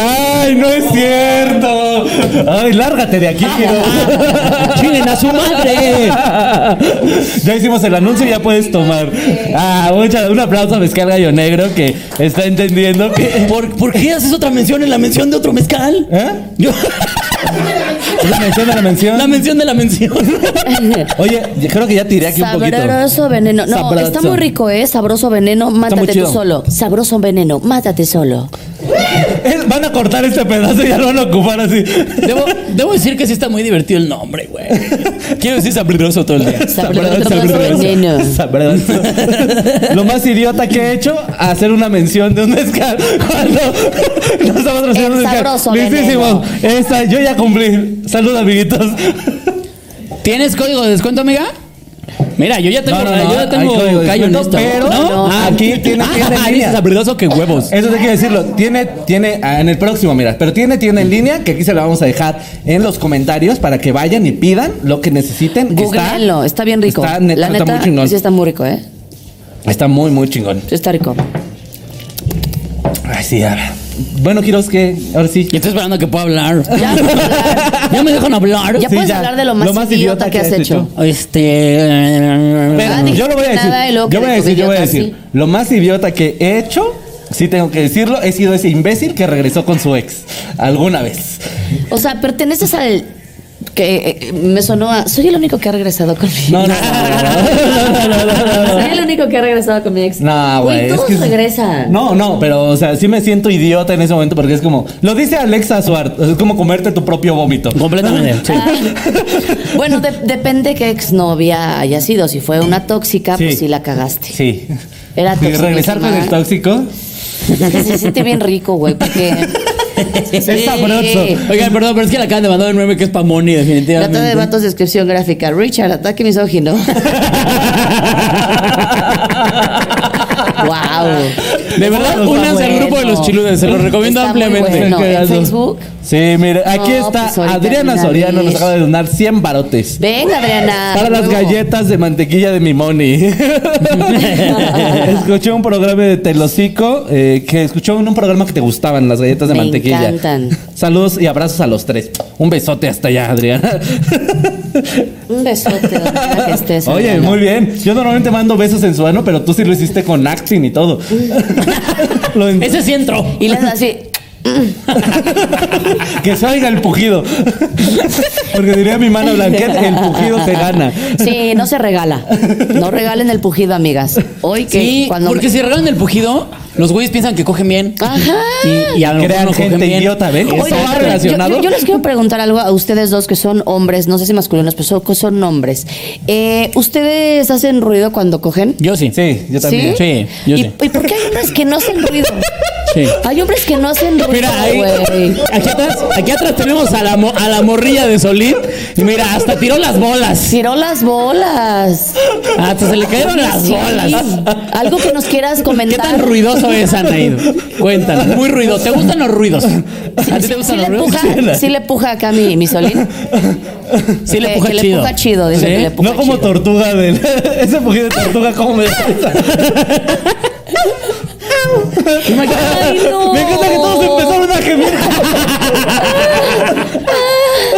Speaker 1: Ay, no es cierto. Ay, lárgate de aquí, Quirós.
Speaker 2: Chinguen a su madre.
Speaker 1: Ya hicimos el anuncio y ya puedes tomar. Ah, mucha, un aplauso a Mezcal Gallo Negro que está entendiendo que.
Speaker 2: ¿Por, por qué haces otra mención en la mención de otro mezcal?
Speaker 1: ¿Eh?
Speaker 2: Yo-
Speaker 1: La mención, la mención.
Speaker 2: la mención de la mención.
Speaker 1: Oye, yo creo que ya tiré aquí un poquito.
Speaker 3: Sabroso veneno. No,
Speaker 1: Sabroso.
Speaker 3: está muy rico, ¿eh? Sabroso veneno,
Speaker 1: muy
Speaker 3: mátate tú
Speaker 1: chido.
Speaker 3: solo. Sabroso veneno, mátate solo.
Speaker 1: Eh, Van a cortar este pedazo y ya lo van a ocupar así.
Speaker 2: Debo, debo decir que sí está muy divertido el nombre, güey. Quiero decir sabroso todo el día.
Speaker 3: Sabroso veneno.
Speaker 1: Sabroso. Lo más idiota que he hecho, hacer una mención de un mezcal cuando no estamos haciendo un
Speaker 3: El
Speaker 1: mezcal.
Speaker 3: sabroso
Speaker 1: Listísimo. Esa, yo ya cumplí. Salud, amiguitos.
Speaker 2: ¿Tienes código de descuento, amiga? Mira, yo ya tengo, yo ya tengo
Speaker 1: hay código de
Speaker 2: callo en
Speaker 1: descuento,
Speaker 2: esto.
Speaker 1: Pero
Speaker 2: ¿No?
Speaker 1: ah, aquí tiene
Speaker 2: Ah,
Speaker 1: tienda en
Speaker 2: ah, dice
Speaker 1: línea.
Speaker 2: sabroso que huevos.
Speaker 1: Eso te quiero decirlo. Tiene, tiene, ah, en el próximo, mira, pero tiene tienda en línea que aquí se la vamos a dejar en los comentarios para que vayan y pidan lo que necesiten. que
Speaker 3: Googleenlo, está bien rico.
Speaker 1: Está, neta,
Speaker 3: La
Speaker 1: está
Speaker 3: neta,
Speaker 1: muy chingón.
Speaker 3: sí está muy rico, ¿eh?
Speaker 1: Está muy, muy chingón.
Speaker 3: Sí está rico.
Speaker 1: Ay, sí, ahora. Bueno, Quiroz, que ahora sí.
Speaker 2: Y estoy esperando a que pueda hablar.
Speaker 3: Ya,
Speaker 2: ¿Ya me dejan hablar?
Speaker 3: ya
Speaker 1: Sí,
Speaker 3: puedes
Speaker 1: ya.
Speaker 3: hablar de lo más,
Speaker 1: Lo más
Speaker 3: idiota,
Speaker 1: idiota
Speaker 3: que
Speaker 1: que
Speaker 3: has
Speaker 1: has
Speaker 3: hecho.
Speaker 1: hecho.
Speaker 2: Este.
Speaker 3: Pero-
Speaker 1: yo lo voy a decir.
Speaker 3: Ah, nada y luego
Speaker 1: Yo
Speaker 3: que
Speaker 1: voy a
Speaker 3: de tu
Speaker 1: decir, yo voy a
Speaker 3: idiota,
Speaker 1: decir. Lo más idiota que he hecho, sí tengo que decirlo, he sido ese imbécil que regresó con su ex. Alguna vez.
Speaker 3: O sea, perteneces al que eh, me sonó a soy el único que ha regresado con mi
Speaker 1: No, no, no, no, no, no, no, no.
Speaker 3: Soy el único que ha regresado con mi ex.
Speaker 1: No, güey.
Speaker 3: Todos
Speaker 1: es que-
Speaker 3: regresan.
Speaker 1: No, no, pero, o sea, sí me siento idiota en ese momento porque es como. Lo dice Alexa Suart. Es como comerte tu propio vómito.
Speaker 2: Completamente. sí.
Speaker 3: Bueno, de- depende qué exnovia haya sido. Si fue una tóxica,
Speaker 1: Sí.
Speaker 3: pues sí la cagaste.
Speaker 1: Sí.
Speaker 3: Era
Speaker 1: Y regresar con el
Speaker 3: toxiquísima.
Speaker 1: tóxico.
Speaker 3: Es que se siente bien rico, güey, porque...
Speaker 1: Es sabroso.
Speaker 2: Oigan, perdón, pero es que la acaban de mandar un meme que es para Moni, definitivamente.
Speaker 3: Trata de vatos descripción gráfica. Richard, ataque misógino. wow.
Speaker 2: De verdad,
Speaker 1: Está
Speaker 2: únanse al grupo de los chiludes, se los recomiendo
Speaker 3: Está muy
Speaker 2: ampliamente.
Speaker 3: bueno.
Speaker 1: Qué
Speaker 3: ¿en
Speaker 1: asco.
Speaker 3: Facebook?
Speaker 1: Sí, mire, aquí
Speaker 3: No,
Speaker 1: está
Speaker 3: pues ahorita de
Speaker 1: Adriana
Speaker 3: una
Speaker 1: Soriano, nos
Speaker 3: vez.
Speaker 1: acaba de donar 100 barotes.
Speaker 3: Ven, Adriana.
Speaker 1: Para las
Speaker 3: luego.
Speaker 1: galletas de mantequilla de mi money. escuché un programa de Telocico eh, que escuchó en un programa que te gustaban las galletas de
Speaker 3: Me
Speaker 1: mantequilla.
Speaker 3: encantan.
Speaker 1: Saludos y abrazos a los tres. Un besote hasta allá, Adriana.
Speaker 3: Un besote. donde quiera que estés,
Speaker 1: Oye,
Speaker 3: Adriana.
Speaker 1: muy bien. Yo normalmente mando besos en su ano, pero tú sí lo hiciste con acting y todo. Lo en-
Speaker 2: Ese sí entró.
Speaker 3: Y las así...
Speaker 1: que salga el pujido. Porque diría mi mano Blanquet, el pujido te gana.
Speaker 3: Sí, no se regala. No regalen el pujido, amigas. Hoy que
Speaker 2: Sí,
Speaker 3: cuando...
Speaker 2: porque si regalan el pujido, los güeyes piensan que cogen bien.
Speaker 3: Ajá.
Speaker 2: Y, y a lo mejor
Speaker 1: Crean
Speaker 2: no cogen
Speaker 1: gente
Speaker 2: bien.
Speaker 1: idiota, ¿ven?
Speaker 2: Eso
Speaker 1: Oiga,
Speaker 2: va
Speaker 3: a ver,
Speaker 1: relacionado.
Speaker 3: Yo, yo- yo les quiero preguntar algo a ustedes dos que son hombres, no sé si masculinos, pero son, son hombres. Eh, ¿Ustedes hacen ruido cuando cogen?
Speaker 2: Yo sí.
Speaker 1: Sí, yo también.
Speaker 2: Sí, yo
Speaker 3: ¿Y,
Speaker 2: sí.
Speaker 3: ¿Y por qué hay hombres que no hacen ruido?
Speaker 2: Sí.
Speaker 3: Hay hombres que no hacen ruido,
Speaker 2: Mira, ahí,
Speaker 3: güey.
Speaker 2: aquí atrás, aquí atrás tenemos a la, mo- a la morrilla de Solín. Y mira, hasta tiró las bolas.
Speaker 3: Tiró las bolas.
Speaker 2: Ah, Hasta se le cayeron las
Speaker 3: Sí.
Speaker 2: bolas.
Speaker 3: Algo que nos quieras
Speaker 2: ¿Qué
Speaker 3: comentar.
Speaker 2: tan ruidoso es, Anaid? Cuéntanos. Muy ruido. ¿Te gustan los ruidos? ¿A ti te
Speaker 3: Sí
Speaker 2: gustan
Speaker 3: le,
Speaker 2: los ruidos?
Speaker 3: puja, sí le puja acá mi, mi solín.
Speaker 2: Sí, le
Speaker 3: Que-
Speaker 2: puja
Speaker 3: que le
Speaker 2: chido.
Speaker 3: puja chido, dice
Speaker 2: ¿Sí?
Speaker 3: que le puja
Speaker 1: No como
Speaker 3: chido.
Speaker 1: tortuga del. Ese pujido de tortuga, ¿cómo me estresa?
Speaker 2: Me encanta-
Speaker 3: Ay, no.
Speaker 1: Me encanta que todos empezaron a gemir.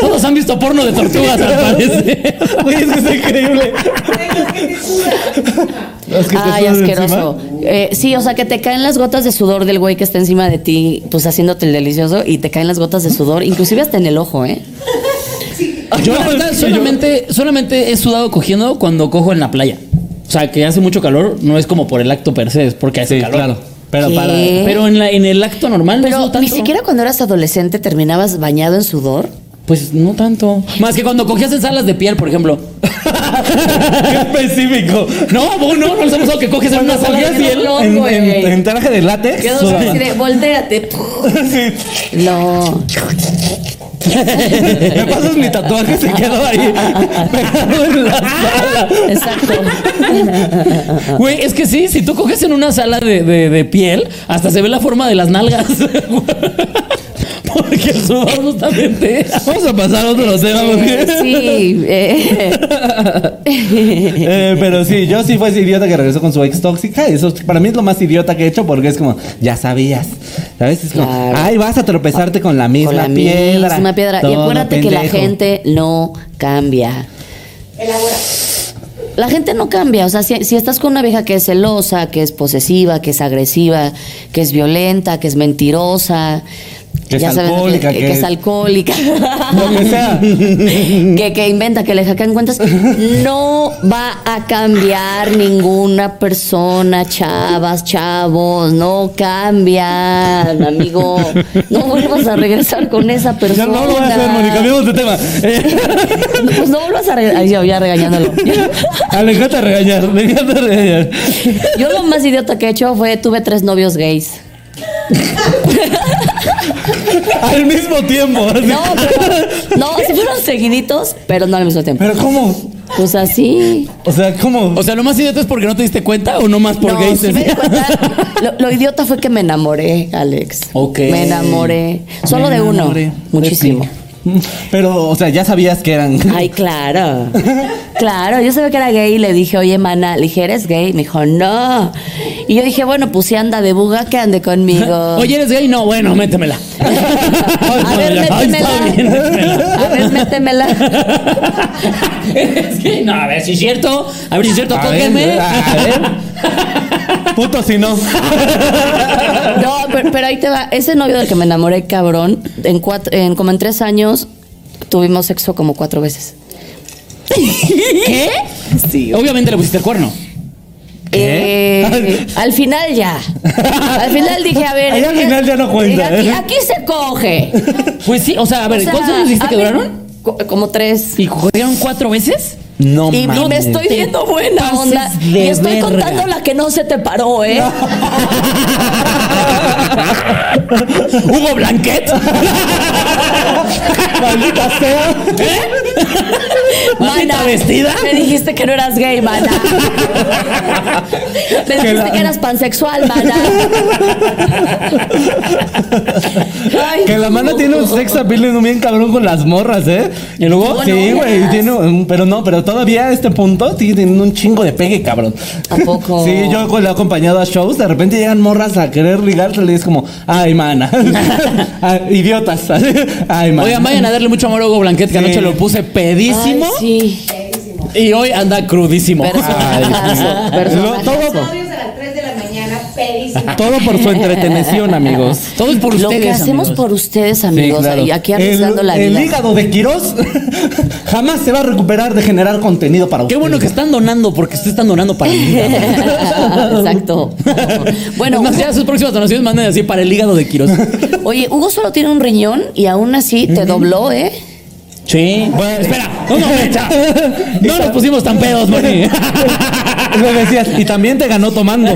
Speaker 2: Todos han visto porno de tortugas, al parecer.
Speaker 1: Güey, es que es increíble. Los que te
Speaker 3: Ay,
Speaker 1: sudan
Speaker 3: asqueroso.
Speaker 1: encima.
Speaker 3: Eh, sí, o sea, que te caen las gotas de sudor del güey que está encima de ti, pues haciéndote el delicioso, y te caen las gotas de sudor, inclusive hasta en el ojo, ¿eh?
Speaker 2: Yo la verdad, solamente, solamente he sudado cogiendo cuando cojo en la playa. O sea, que hace mucho calor, no es como por el acto per se, es porque hace
Speaker 1: Sí,
Speaker 2: calor.
Speaker 1: claro. Pero
Speaker 3: ¿Qué?
Speaker 1: para.
Speaker 2: Pero en, la, en el acto normal no
Speaker 3: Pero
Speaker 2: sudo tanto.
Speaker 3: ni siquiera cuando eras adolescente terminabas bañado en sudor.
Speaker 2: Pues no tanto. Más que cuando cogías en salas de piel, por ejemplo.
Speaker 1: Qué específico.
Speaker 2: No, vos no, no nos hemos que coges en una sala de
Speaker 1: Salías y él
Speaker 2: piel.
Speaker 3: no,
Speaker 1: en,
Speaker 3: güey.
Speaker 1: en- en traje de látex. sudaba.
Speaker 3: volteate.
Speaker 1: Sí.
Speaker 3: No.
Speaker 1: Me pasas mi tatuaje se quedó ahí pegado en la sala.
Speaker 3: Exacto.
Speaker 2: Güey, es que sí, si tú coges en una sala de, de- de piel, hasta se ve la forma de las nalgas. Porque el sudor justamente.
Speaker 1: Vamos a pasar a otro tema porque...
Speaker 3: Sí. eh.
Speaker 1: Eh, pero sí, yo sí fue ese idiota que regresó con su ex tóxica. Ah, Eso para mí es lo más idiota que he hecho porque es como, ya sabías. ¿Sabes? Es como,
Speaker 3: Claro.
Speaker 1: ay, vas a tropezarte con la misma
Speaker 3: Con la
Speaker 1: piedra.
Speaker 3: misma piedra. Y
Speaker 1: Todo
Speaker 3: acuérdate que la
Speaker 1: pendejo.
Speaker 3: gente no cambia. La gente no cambia, o sea, si, si estás con una vieja que es celosa, que es posesiva, que es agresiva, que es violenta, que es mentirosa,
Speaker 1: Que es
Speaker 3: ya sabes,
Speaker 1: alcohólica,
Speaker 3: que,
Speaker 1: que
Speaker 3: que
Speaker 1: es-
Speaker 3: es alcohólica,
Speaker 1: Lo que sea.
Speaker 3: que, que inventa, que le hackean cuentas, no va a cambiar ninguna persona, chavas, chavos, no cambian, amigo, no vuelvas a regresar con esa
Speaker 1: Ya
Speaker 3: persona.
Speaker 1: no lo voy a hacer, Mónica. Cambiamos de tema. Eh,
Speaker 3: Pues no vuelvas a regresar, yo ya regañándolo.
Speaker 1: ah, le encanta regañar. Le encanta regañar.
Speaker 3: Yo lo más idiota que he hecho fue tuve tres novios gays.
Speaker 1: Al mismo tiempo. así.
Speaker 3: No, pero, no, sí fueron seguiditos, pero no al mismo tiempo.
Speaker 1: Pero ¿cómo?
Speaker 3: Pues así.
Speaker 1: O sea, ¿cómo?
Speaker 2: O sea, lo más idiota es porque no te diste cuenta o no más porque
Speaker 3: no,
Speaker 2: dices.
Speaker 3: sí me di cuenta. Lo, lo idiota fue que me enamoré, Alex.
Speaker 2: Ok.
Speaker 3: Me enamoré. Solo
Speaker 2: Me
Speaker 3: de uno.
Speaker 2: enamoré de
Speaker 3: Muchísimo.
Speaker 2: ti.
Speaker 1: Pero, o sea, ya sabías que eran.
Speaker 3: Ay, claro. Claro, yo sabía que era gay y le dije, oye, mana, le dije, ¿eres gay? Me dijo, no. Y yo dije, bueno, pues si anda de buga, que ande conmigo.
Speaker 2: Oye, ¿eres gay? No, bueno, métemela.
Speaker 3: a ver,
Speaker 2: Ay, está bien,
Speaker 3: métemela.
Speaker 2: métemela.
Speaker 3: A ver, métemela.
Speaker 2: Es que, no, a ver si es cierto. A ver si es cierto,
Speaker 1: A ver,
Speaker 2: tóquenme.
Speaker 1: a ver. Puto si no.
Speaker 3: No, pero, pero ahí te va. Ese novio del que me enamoré, cabrón, en cuatro, en, como en tres años, tuvimos sexo como cuatro veces. ¿Qué? Sí.
Speaker 2: Obviamente le pusiste el cuerno.
Speaker 1: ¿Qué?
Speaker 3: Eh, al final ya. Al final dije, a ver.
Speaker 1: Ahí al final ya no cuenta,
Speaker 3: Dije,
Speaker 1: ¿eh?
Speaker 3: Aquí, aquí se coge.
Speaker 2: Pues sí, o sea, a ver,
Speaker 3: O sea,
Speaker 2: ¿cuántos años dijiste
Speaker 3: a
Speaker 2: que
Speaker 3: ver,
Speaker 2: duraron?
Speaker 3: co- Como tres.
Speaker 2: ¿Y cogieron cuatro veces?
Speaker 1: No
Speaker 3: y, y me
Speaker 1: mames.
Speaker 3: estoy viendo buena
Speaker 2: pases
Speaker 3: onda.
Speaker 2: de
Speaker 3: Y estoy
Speaker 2: verga.
Speaker 3: contando la que no se te paró, ¿eh?
Speaker 2: Hugo Blanquet.
Speaker 1: Maldita sea.
Speaker 2: ¿Maldita ¿Eh? vestida?
Speaker 3: Me dijiste que no eras gay, mana. Me dijiste
Speaker 1: la-
Speaker 3: que eras pansexual, mana. Ay,
Speaker 1: Que la mana tiene un sex appeal en un bien cabrón con las morras, ¿eh?
Speaker 2: ¿Y luego?
Speaker 1: Sí,
Speaker 3: Bueno,
Speaker 1: güey,
Speaker 3: ya.
Speaker 1: tiene un- pero no, pero todavía a este punto tienen un chingo de pegue, cabrón.
Speaker 3: ¿A poco?
Speaker 1: Sí, yo con- le he acompañado a shows, de repente llegan morras a querer ligársele y es como, ay, mana. Ay, idiotas. Ay, mana.
Speaker 2: Oigan, vayan a darle mucho amor a Hugo Blanquet, que
Speaker 1: Sí.
Speaker 2: anoche lo puse pedísimo
Speaker 3: Ay, sí.
Speaker 2: y hoy anda crudísimo.
Speaker 3: Personajazo,
Speaker 1: Lo- todo,
Speaker 3: personajazo.
Speaker 5: Audios a las 3 de la mañana, pedísimo.
Speaker 1: todo por su entretención, amigos.
Speaker 2: Todo es por
Speaker 3: Lo
Speaker 2: ustedes.
Speaker 3: que hacemos
Speaker 2: amigos.
Speaker 3: por ustedes,
Speaker 1: Sí,
Speaker 3: amigos,
Speaker 1: claro.
Speaker 3: y aquí
Speaker 1: El-
Speaker 3: arriesgando la
Speaker 1: el,
Speaker 3: vida.
Speaker 1: hígado de Quirós jamás se va a recuperar de generar contenido para
Speaker 2: Qué
Speaker 1: ustedes.
Speaker 2: bueno que están donando, porque ustedes están donando para el hígado.
Speaker 3: Exacto. Bueno,
Speaker 2: Es más, ya sus próximas donaciones manden así para el hígado de Quiroz.
Speaker 3: oye, Hugo solo tiene un riñón y aún así te dobló, ¿eh?
Speaker 2: Sí. Bueno, espera, un momento. No nos pusimos tan pedos, Moni.
Speaker 1: Lo decías, y también te ganó tomando.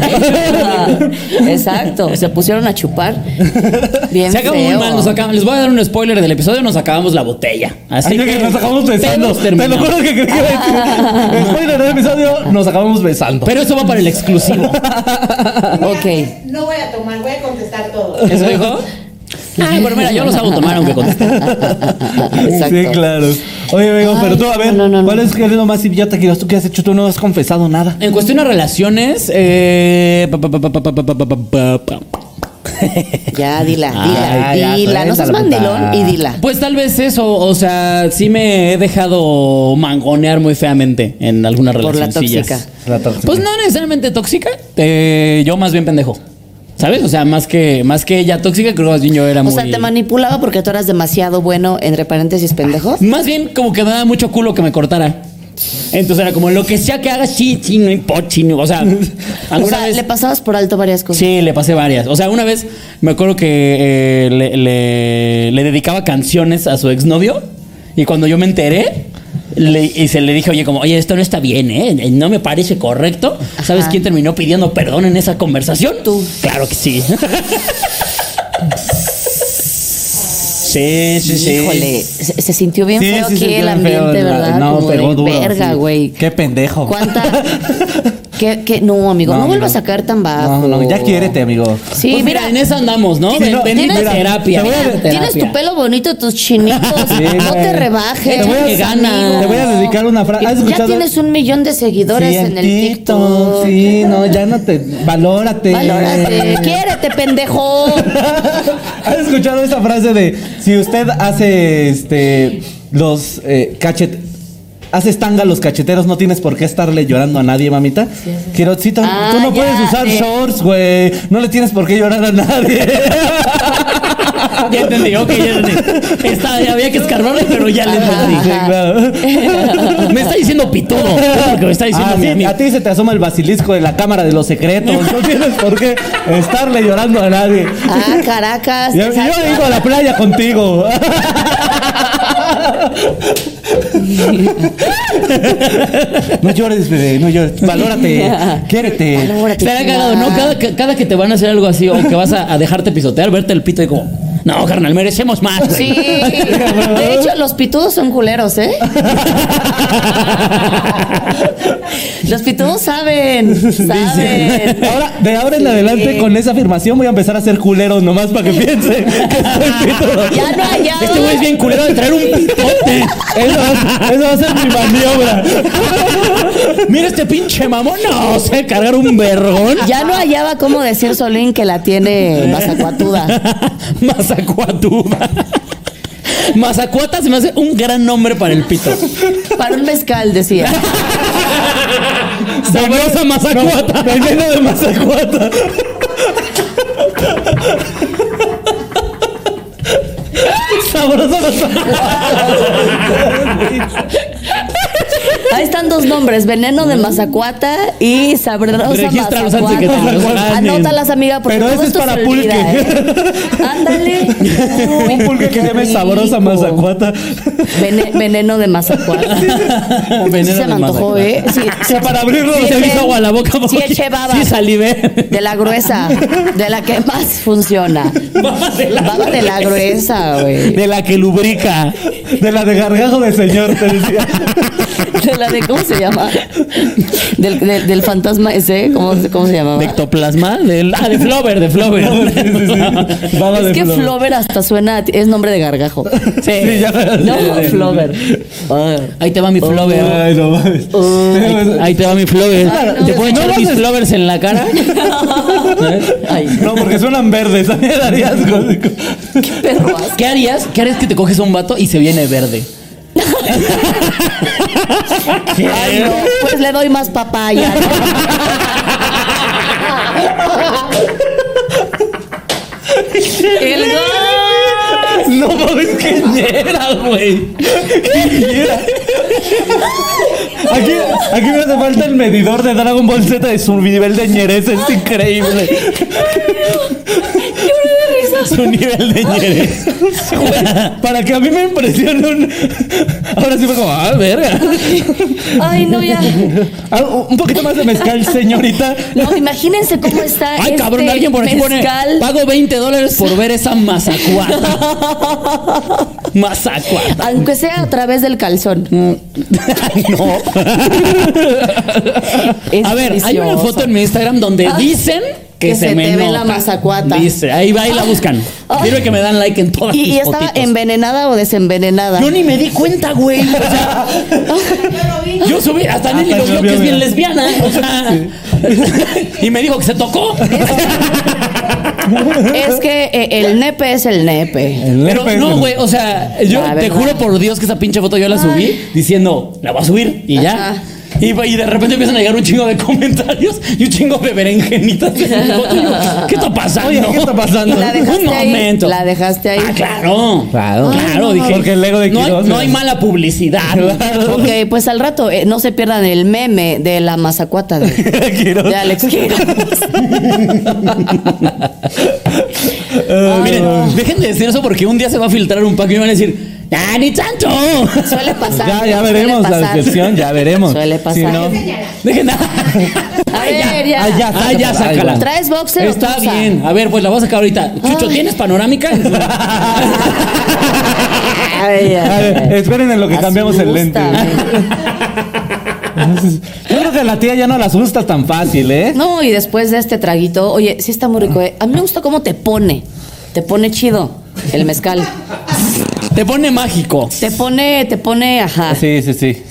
Speaker 3: Exacto, se pusieron a chupar. Bien
Speaker 2: Se acabó muy
Speaker 3: feo.
Speaker 2: mal, nos acabamos- les voy a dar un spoiler del episodio, nos acabamos la botella. Así
Speaker 1: Así que, nos acabamos besando.
Speaker 2: pedos
Speaker 1: Te lo
Speaker 2: terminamos.
Speaker 1: juro que creí que iba a decir. Spoiler del episodio, nos acabamos besando.
Speaker 2: Pero eso va para el exclusivo.
Speaker 3: Ok.
Speaker 5: No voy a tomar, voy a contestar todo.
Speaker 2: ¿Eso dijo? Ay, pero mira, yo los hago tomar aunque conteste.
Speaker 3: Exacto.
Speaker 1: Sí, claro. Oye, amigo,
Speaker 3: Ay,
Speaker 1: pero tú, a ver,
Speaker 3: no, no, no.
Speaker 1: ¿cuál es que es lo más idiota que tú que has hecho? Tú no has confesado nada.
Speaker 2: En cuestión de relaciones, eh... pa, pa, pa, pa, pa, pa, pa, pa, pa, pa.
Speaker 3: Ya, dila, dila,
Speaker 1: Ay, Ah, ya,
Speaker 3: dila. No seas
Speaker 1: suéltala,
Speaker 3: mandilón
Speaker 1: puta.
Speaker 3: y dila.
Speaker 2: Pues tal vez eso, o sea, sí me he dejado mangonear muy feamente en algunas
Speaker 3: Por la
Speaker 2: relaciones.
Speaker 3: tóxica.
Speaker 1: La tóxica.
Speaker 2: Pues no necesariamente tóxica, eh, yo más bien pendejo. ¿Sabes? O sea, más que más que ella tóxica, creo que más bien yo era
Speaker 3: O
Speaker 2: muy
Speaker 3: sea, te manipulaba porque tú eras demasiado bueno, entre paréntesis, pendejo.
Speaker 2: Más bien como que me daba mucho culo que me cortara. Entonces era como lo que sea que hagas, sí, sí, no importa, sí, no. o sea,
Speaker 3: O
Speaker 2: alguna
Speaker 3: sea,
Speaker 2: vez-
Speaker 3: le pasabas por alto varias cosas.
Speaker 2: Sí, le pasé varias. O sea, una vez me acuerdo que eh, le, le- le dedicaba canciones a su exnovio y cuando yo me enteré le- y se le dije, oye, como, oye, esto no está bien, ¿eh? No me parece correcto. ¿Sabes
Speaker 3: Ajá.
Speaker 2: quién terminó pidiendo perdón en esa conversación? Tú. Claro que sí. sí, sí, sí.
Speaker 3: Híjole, se, se sintió bien
Speaker 1: Sí,
Speaker 3: feo
Speaker 1: sí,
Speaker 3: aquí
Speaker 1: sí,
Speaker 3: el
Speaker 1: bien
Speaker 3: ambiente,
Speaker 1: feo, la-
Speaker 3: ¿verdad?
Speaker 1: No,
Speaker 3: Como de
Speaker 1: pegó duro.
Speaker 3: Verga,
Speaker 1: sí.
Speaker 3: güey.
Speaker 1: Qué pendejo.
Speaker 3: ¿Cuánta? ¿Qué, qué? No, amigo, no,
Speaker 1: No,
Speaker 3: vuelvas a
Speaker 1: amigo.
Speaker 3: caer tan bajo.
Speaker 1: No, no, ya quiérete, amigo.
Speaker 3: Sí,
Speaker 2: Pues mira,
Speaker 3: mira,
Speaker 2: en eso andamos, ¿no?
Speaker 1: Sí,
Speaker 2: Ven,
Speaker 1: no,
Speaker 2: ven
Speaker 1: tienes-
Speaker 2: a
Speaker 1: mira,
Speaker 2: terapia.
Speaker 1: te voy a-
Speaker 2: ven a
Speaker 3: tienes
Speaker 2: terapia.
Speaker 3: tu pelo bonito, tus chinitos.
Speaker 1: Sí,
Speaker 3: no
Speaker 1: güey.
Speaker 3: te rebajes.
Speaker 1: Te voy a-
Speaker 2: Échale ganas.
Speaker 1: te voy a dedicar una frase. ¿Has
Speaker 3: Ya
Speaker 1: escuchado?
Speaker 3: tienes un millón de seguidores
Speaker 1: Sí,
Speaker 3: en el TikTok.
Speaker 1: Sí, no, ya no te. Valórate.
Speaker 3: Valórate. Quiérete, pendejo.
Speaker 1: ¿Has escuchado esa frase de si usted hace este los eh, cachet hace estanga a los cacheteros, no tienes por qué estarle llorando a nadie, mamita? Quiero, sí, tú,
Speaker 3: Ah,
Speaker 1: tú no
Speaker 3: ya,
Speaker 1: puedes usar
Speaker 3: sí.
Speaker 1: shorts, güey. No le tienes por qué llorar a nadie.
Speaker 2: Ya entendí, ok, ya entendí. Está, ya había que escarbarle, pero ya le entendí.
Speaker 1: Sí, claro.
Speaker 2: Me está diciendo pitudo. Oh, es lo que me está diciendo
Speaker 1: Ah,
Speaker 2: mi
Speaker 1: sí,
Speaker 2: amigo.
Speaker 1: a ti se te asoma el basilisco de la cámara de los secretos. No tienes por qué estarle llorando a nadie.
Speaker 3: Ah, Caracas.
Speaker 1: Y Yo,
Speaker 3: Exacto.
Speaker 1: yo he ido a la playa contigo. No llores, bebé, no llores. Valórate, quiérete.
Speaker 3: Valórate,
Speaker 2: Estará
Speaker 3: chingada.
Speaker 2: cagado, ¿no? Cada, que- cada que te van a hacer algo así o que vas a, a dejarte pisotear, verte el pito y como. No, carnal, merecemos más. güey.
Speaker 3: Sí. De hecho, los pitudos son culeros, ¿eh? Los pitudos saben, saben.
Speaker 1: Ahora, de ahora en adelante,
Speaker 3: Sí.
Speaker 1: con esa afirmación, voy a empezar a ser culero nomás para que piensen que soy pitudo.
Speaker 3: Ya no hay ya.
Speaker 2: Este güey es bien culero de traer un pitote.
Speaker 1: Eso va, eso va a ser mi maniobra.
Speaker 2: Mira este pinche mamón. No, sé cargar un vergón.
Speaker 3: Ya no hallaba cómo decir Solín que la tiene mazacuatuda.
Speaker 2: Mazacuatuba. Mazacuata se me hace un gran nombre para el pito.
Speaker 3: Para un mezcal, decía.
Speaker 2: Sabrosa Mazacuata.
Speaker 1: Veneno de Mazacuata.
Speaker 2: Sabrosa Mazacuata.
Speaker 3: Ahí están dos nombres, veneno de mazacuata y sabrosa
Speaker 2: Regístralos antes
Speaker 3: mazacuata.
Speaker 2: de que te los ganen.
Speaker 3: Anótalas, amiga, porque
Speaker 1: Pero
Speaker 3: todo
Speaker 1: ese es
Speaker 3: esto
Speaker 1: para
Speaker 3: se
Speaker 1: pulque.
Speaker 3: olvida, ¿eh? Ándale. Uy,
Speaker 1: Un pulque que
Speaker 3: qué
Speaker 1: se llame
Speaker 3: rico.
Speaker 1: sabrosa Mazacuata.
Speaker 3: Vene- veneno de mazacuata. Sí
Speaker 2: Veneno
Speaker 3: se
Speaker 2: de
Speaker 3: me antojó,
Speaker 2: Mazacuata.
Speaker 3: ¿eh? Sí, sí,
Speaker 1: Para abrirlo,
Speaker 3: Sí,
Speaker 2: Se me hizo
Speaker 3: eché-
Speaker 2: agua la boca.
Speaker 3: Sí,
Speaker 2: porque-
Speaker 3: eché baba.
Speaker 2: Sí, salivé.
Speaker 3: De la gruesa, de la que más funciona.
Speaker 2: Baba de la
Speaker 3: Baba de la gruesa, güey.
Speaker 2: De la que lubrica.
Speaker 1: De la de gargajo de señor, te decía.
Speaker 3: De la de, ¿cómo se llama? Del, del- del fantasma ese, ¿cómo, cómo se llamaba?
Speaker 2: ¿De ectoplasma? Del- ah, de Flover, de Flover.
Speaker 1: Sí, sí, sí. Baba de
Speaker 3: Es que
Speaker 1: flor.
Speaker 3: Flover hasta suena, a ti- es nombre de gargajo.
Speaker 1: Sí, ya.
Speaker 3: No, Flover.
Speaker 2: Ahí te va mi Flover.
Speaker 1: Ay, no mames.
Speaker 2: Ahí te va mi Flover.
Speaker 3: Ay, no,
Speaker 2: ¿Te puedo
Speaker 3: no
Speaker 2: echar mis Flovers en la cara? ¿Eh?
Speaker 3: Ay,
Speaker 1: No, porque suenan verdes. A mí me daría asco.
Speaker 3: perro.
Speaker 2: ¿Qué harías? ¿Qué harías que te coges a un vato y se viene verde?
Speaker 3: Ay, no, pues le doy más papaya. ¿no? El gol.
Speaker 2: No mames, qué ñera, güey.
Speaker 1: Aquí, aquí me hace falta el medidor de Dragon Ball Z de su nivel de ñerez. Es increíble.
Speaker 2: Su nivel de ñerez.
Speaker 1: Para que a mí me impresione un... Ahora sí fue como, ah, verga.
Speaker 3: Ay, no, ya.
Speaker 1: Ah, un poquito más de mezcal, señorita.
Speaker 3: No, imagínense cómo está.
Speaker 2: Ay,
Speaker 3: este
Speaker 2: cabrón, alguien por aquí pone.
Speaker 3: mezcal.
Speaker 2: Pago 20 dólares por ver esa mazacuata. mazacuata.
Speaker 3: Aunque sea a través del calzón.
Speaker 2: Mm. no.
Speaker 3: Es
Speaker 2: A ver, hay una
Speaker 3: delicioso.
Speaker 2: foto en mi Instagram donde
Speaker 3: Ah,
Speaker 2: dicen que,
Speaker 3: que
Speaker 2: se,
Speaker 3: se
Speaker 2: me
Speaker 3: te ve
Speaker 2: nota.
Speaker 3: la mazacuata.
Speaker 2: Dice, ahí va y la buscan.
Speaker 3: Ah.
Speaker 2: Sirve que me dan like en todas
Speaker 3: Y, y
Speaker 2: mis
Speaker 3: estaba
Speaker 2: fotitos.
Speaker 3: envenenada o desenvenenada.
Speaker 2: Yo ni me di cuenta, güey. O sea,
Speaker 5: Yo no vi.
Speaker 2: yo subí, hasta Nelly
Speaker 1: Hasta
Speaker 2: lo
Speaker 1: yo
Speaker 2: vio que es
Speaker 1: vi,
Speaker 2: bien
Speaker 1: mira.
Speaker 2: lesbiana. O sea, y me dijo que se tocó.
Speaker 3: Es que eh, el nepe es el nepe.
Speaker 1: El
Speaker 2: Pero
Speaker 1: herpes,
Speaker 2: no, güey, o sea, yo
Speaker 3: La
Speaker 2: te
Speaker 3: verdad.
Speaker 2: juro por Dios que esa pinche foto yo la subí diciendo, la voy a subir y ya.
Speaker 3: Ajá.
Speaker 2: Y, y de repente empiezan a llegar un chingo de comentarios y un chingo de berenjenitas. en mi foto. Y yo, ¿Qué está pasando?
Speaker 1: Oye, ¿qué está pasando?
Speaker 3: Y Ah, la dejaste
Speaker 2: un
Speaker 3: ahí,
Speaker 2: momento.
Speaker 3: la dejaste ahí.
Speaker 2: Ah, claro.
Speaker 1: Claro.
Speaker 2: Claro,
Speaker 1: Ay, no.
Speaker 2: dije.
Speaker 1: Porque el ego de
Speaker 2: no hay,
Speaker 1: Quiroz,
Speaker 2: no
Speaker 1: mira.
Speaker 2: hay mala publicidad.
Speaker 3: Ok, pues al rato eh, no se pierdan el meme de la mazacuata de,
Speaker 1: Quiero-
Speaker 3: de Alex Quiroz.
Speaker 1: Ah,
Speaker 2: Miren, dejen de decir eso porque un día se va a filtrar un pack y van a decir, ¡ah, ni tanto!
Speaker 3: Suele pasar.
Speaker 1: Ya, ya
Speaker 3: suele
Speaker 1: veremos la
Speaker 3: pasar.
Speaker 1: descripción, ya veremos.
Speaker 3: Suele
Speaker 1: Si
Speaker 3: pasar.
Speaker 1: no-
Speaker 2: Dejen de...
Speaker 3: A ver, ya.
Speaker 1: Ah, ya,
Speaker 2: Ah, ya, sácala.
Speaker 3: ¿Traes boxer o
Speaker 2: Está
Speaker 3: blusa?
Speaker 2: bien. A ver, pues la voy a sacar ahorita. Chucho, ¿tienes panorámica?
Speaker 3: Ay, ay,
Speaker 1: A ver,
Speaker 3: ay.
Speaker 1: esperen en lo que cambiamos el lente.
Speaker 3: Asusta, güey.
Speaker 1: Yo creo que a la tía ya no la asustas tan fácil, ¿eh?
Speaker 3: No, y después de este traguito, oye, sí está muy rico, ¿eh? A mí me gusta cómo te pone. Te pone chido el mezcal.
Speaker 2: Te pone mágico.
Speaker 3: Te pone, te pone, ajá.
Speaker 1: Sí, sí, sí.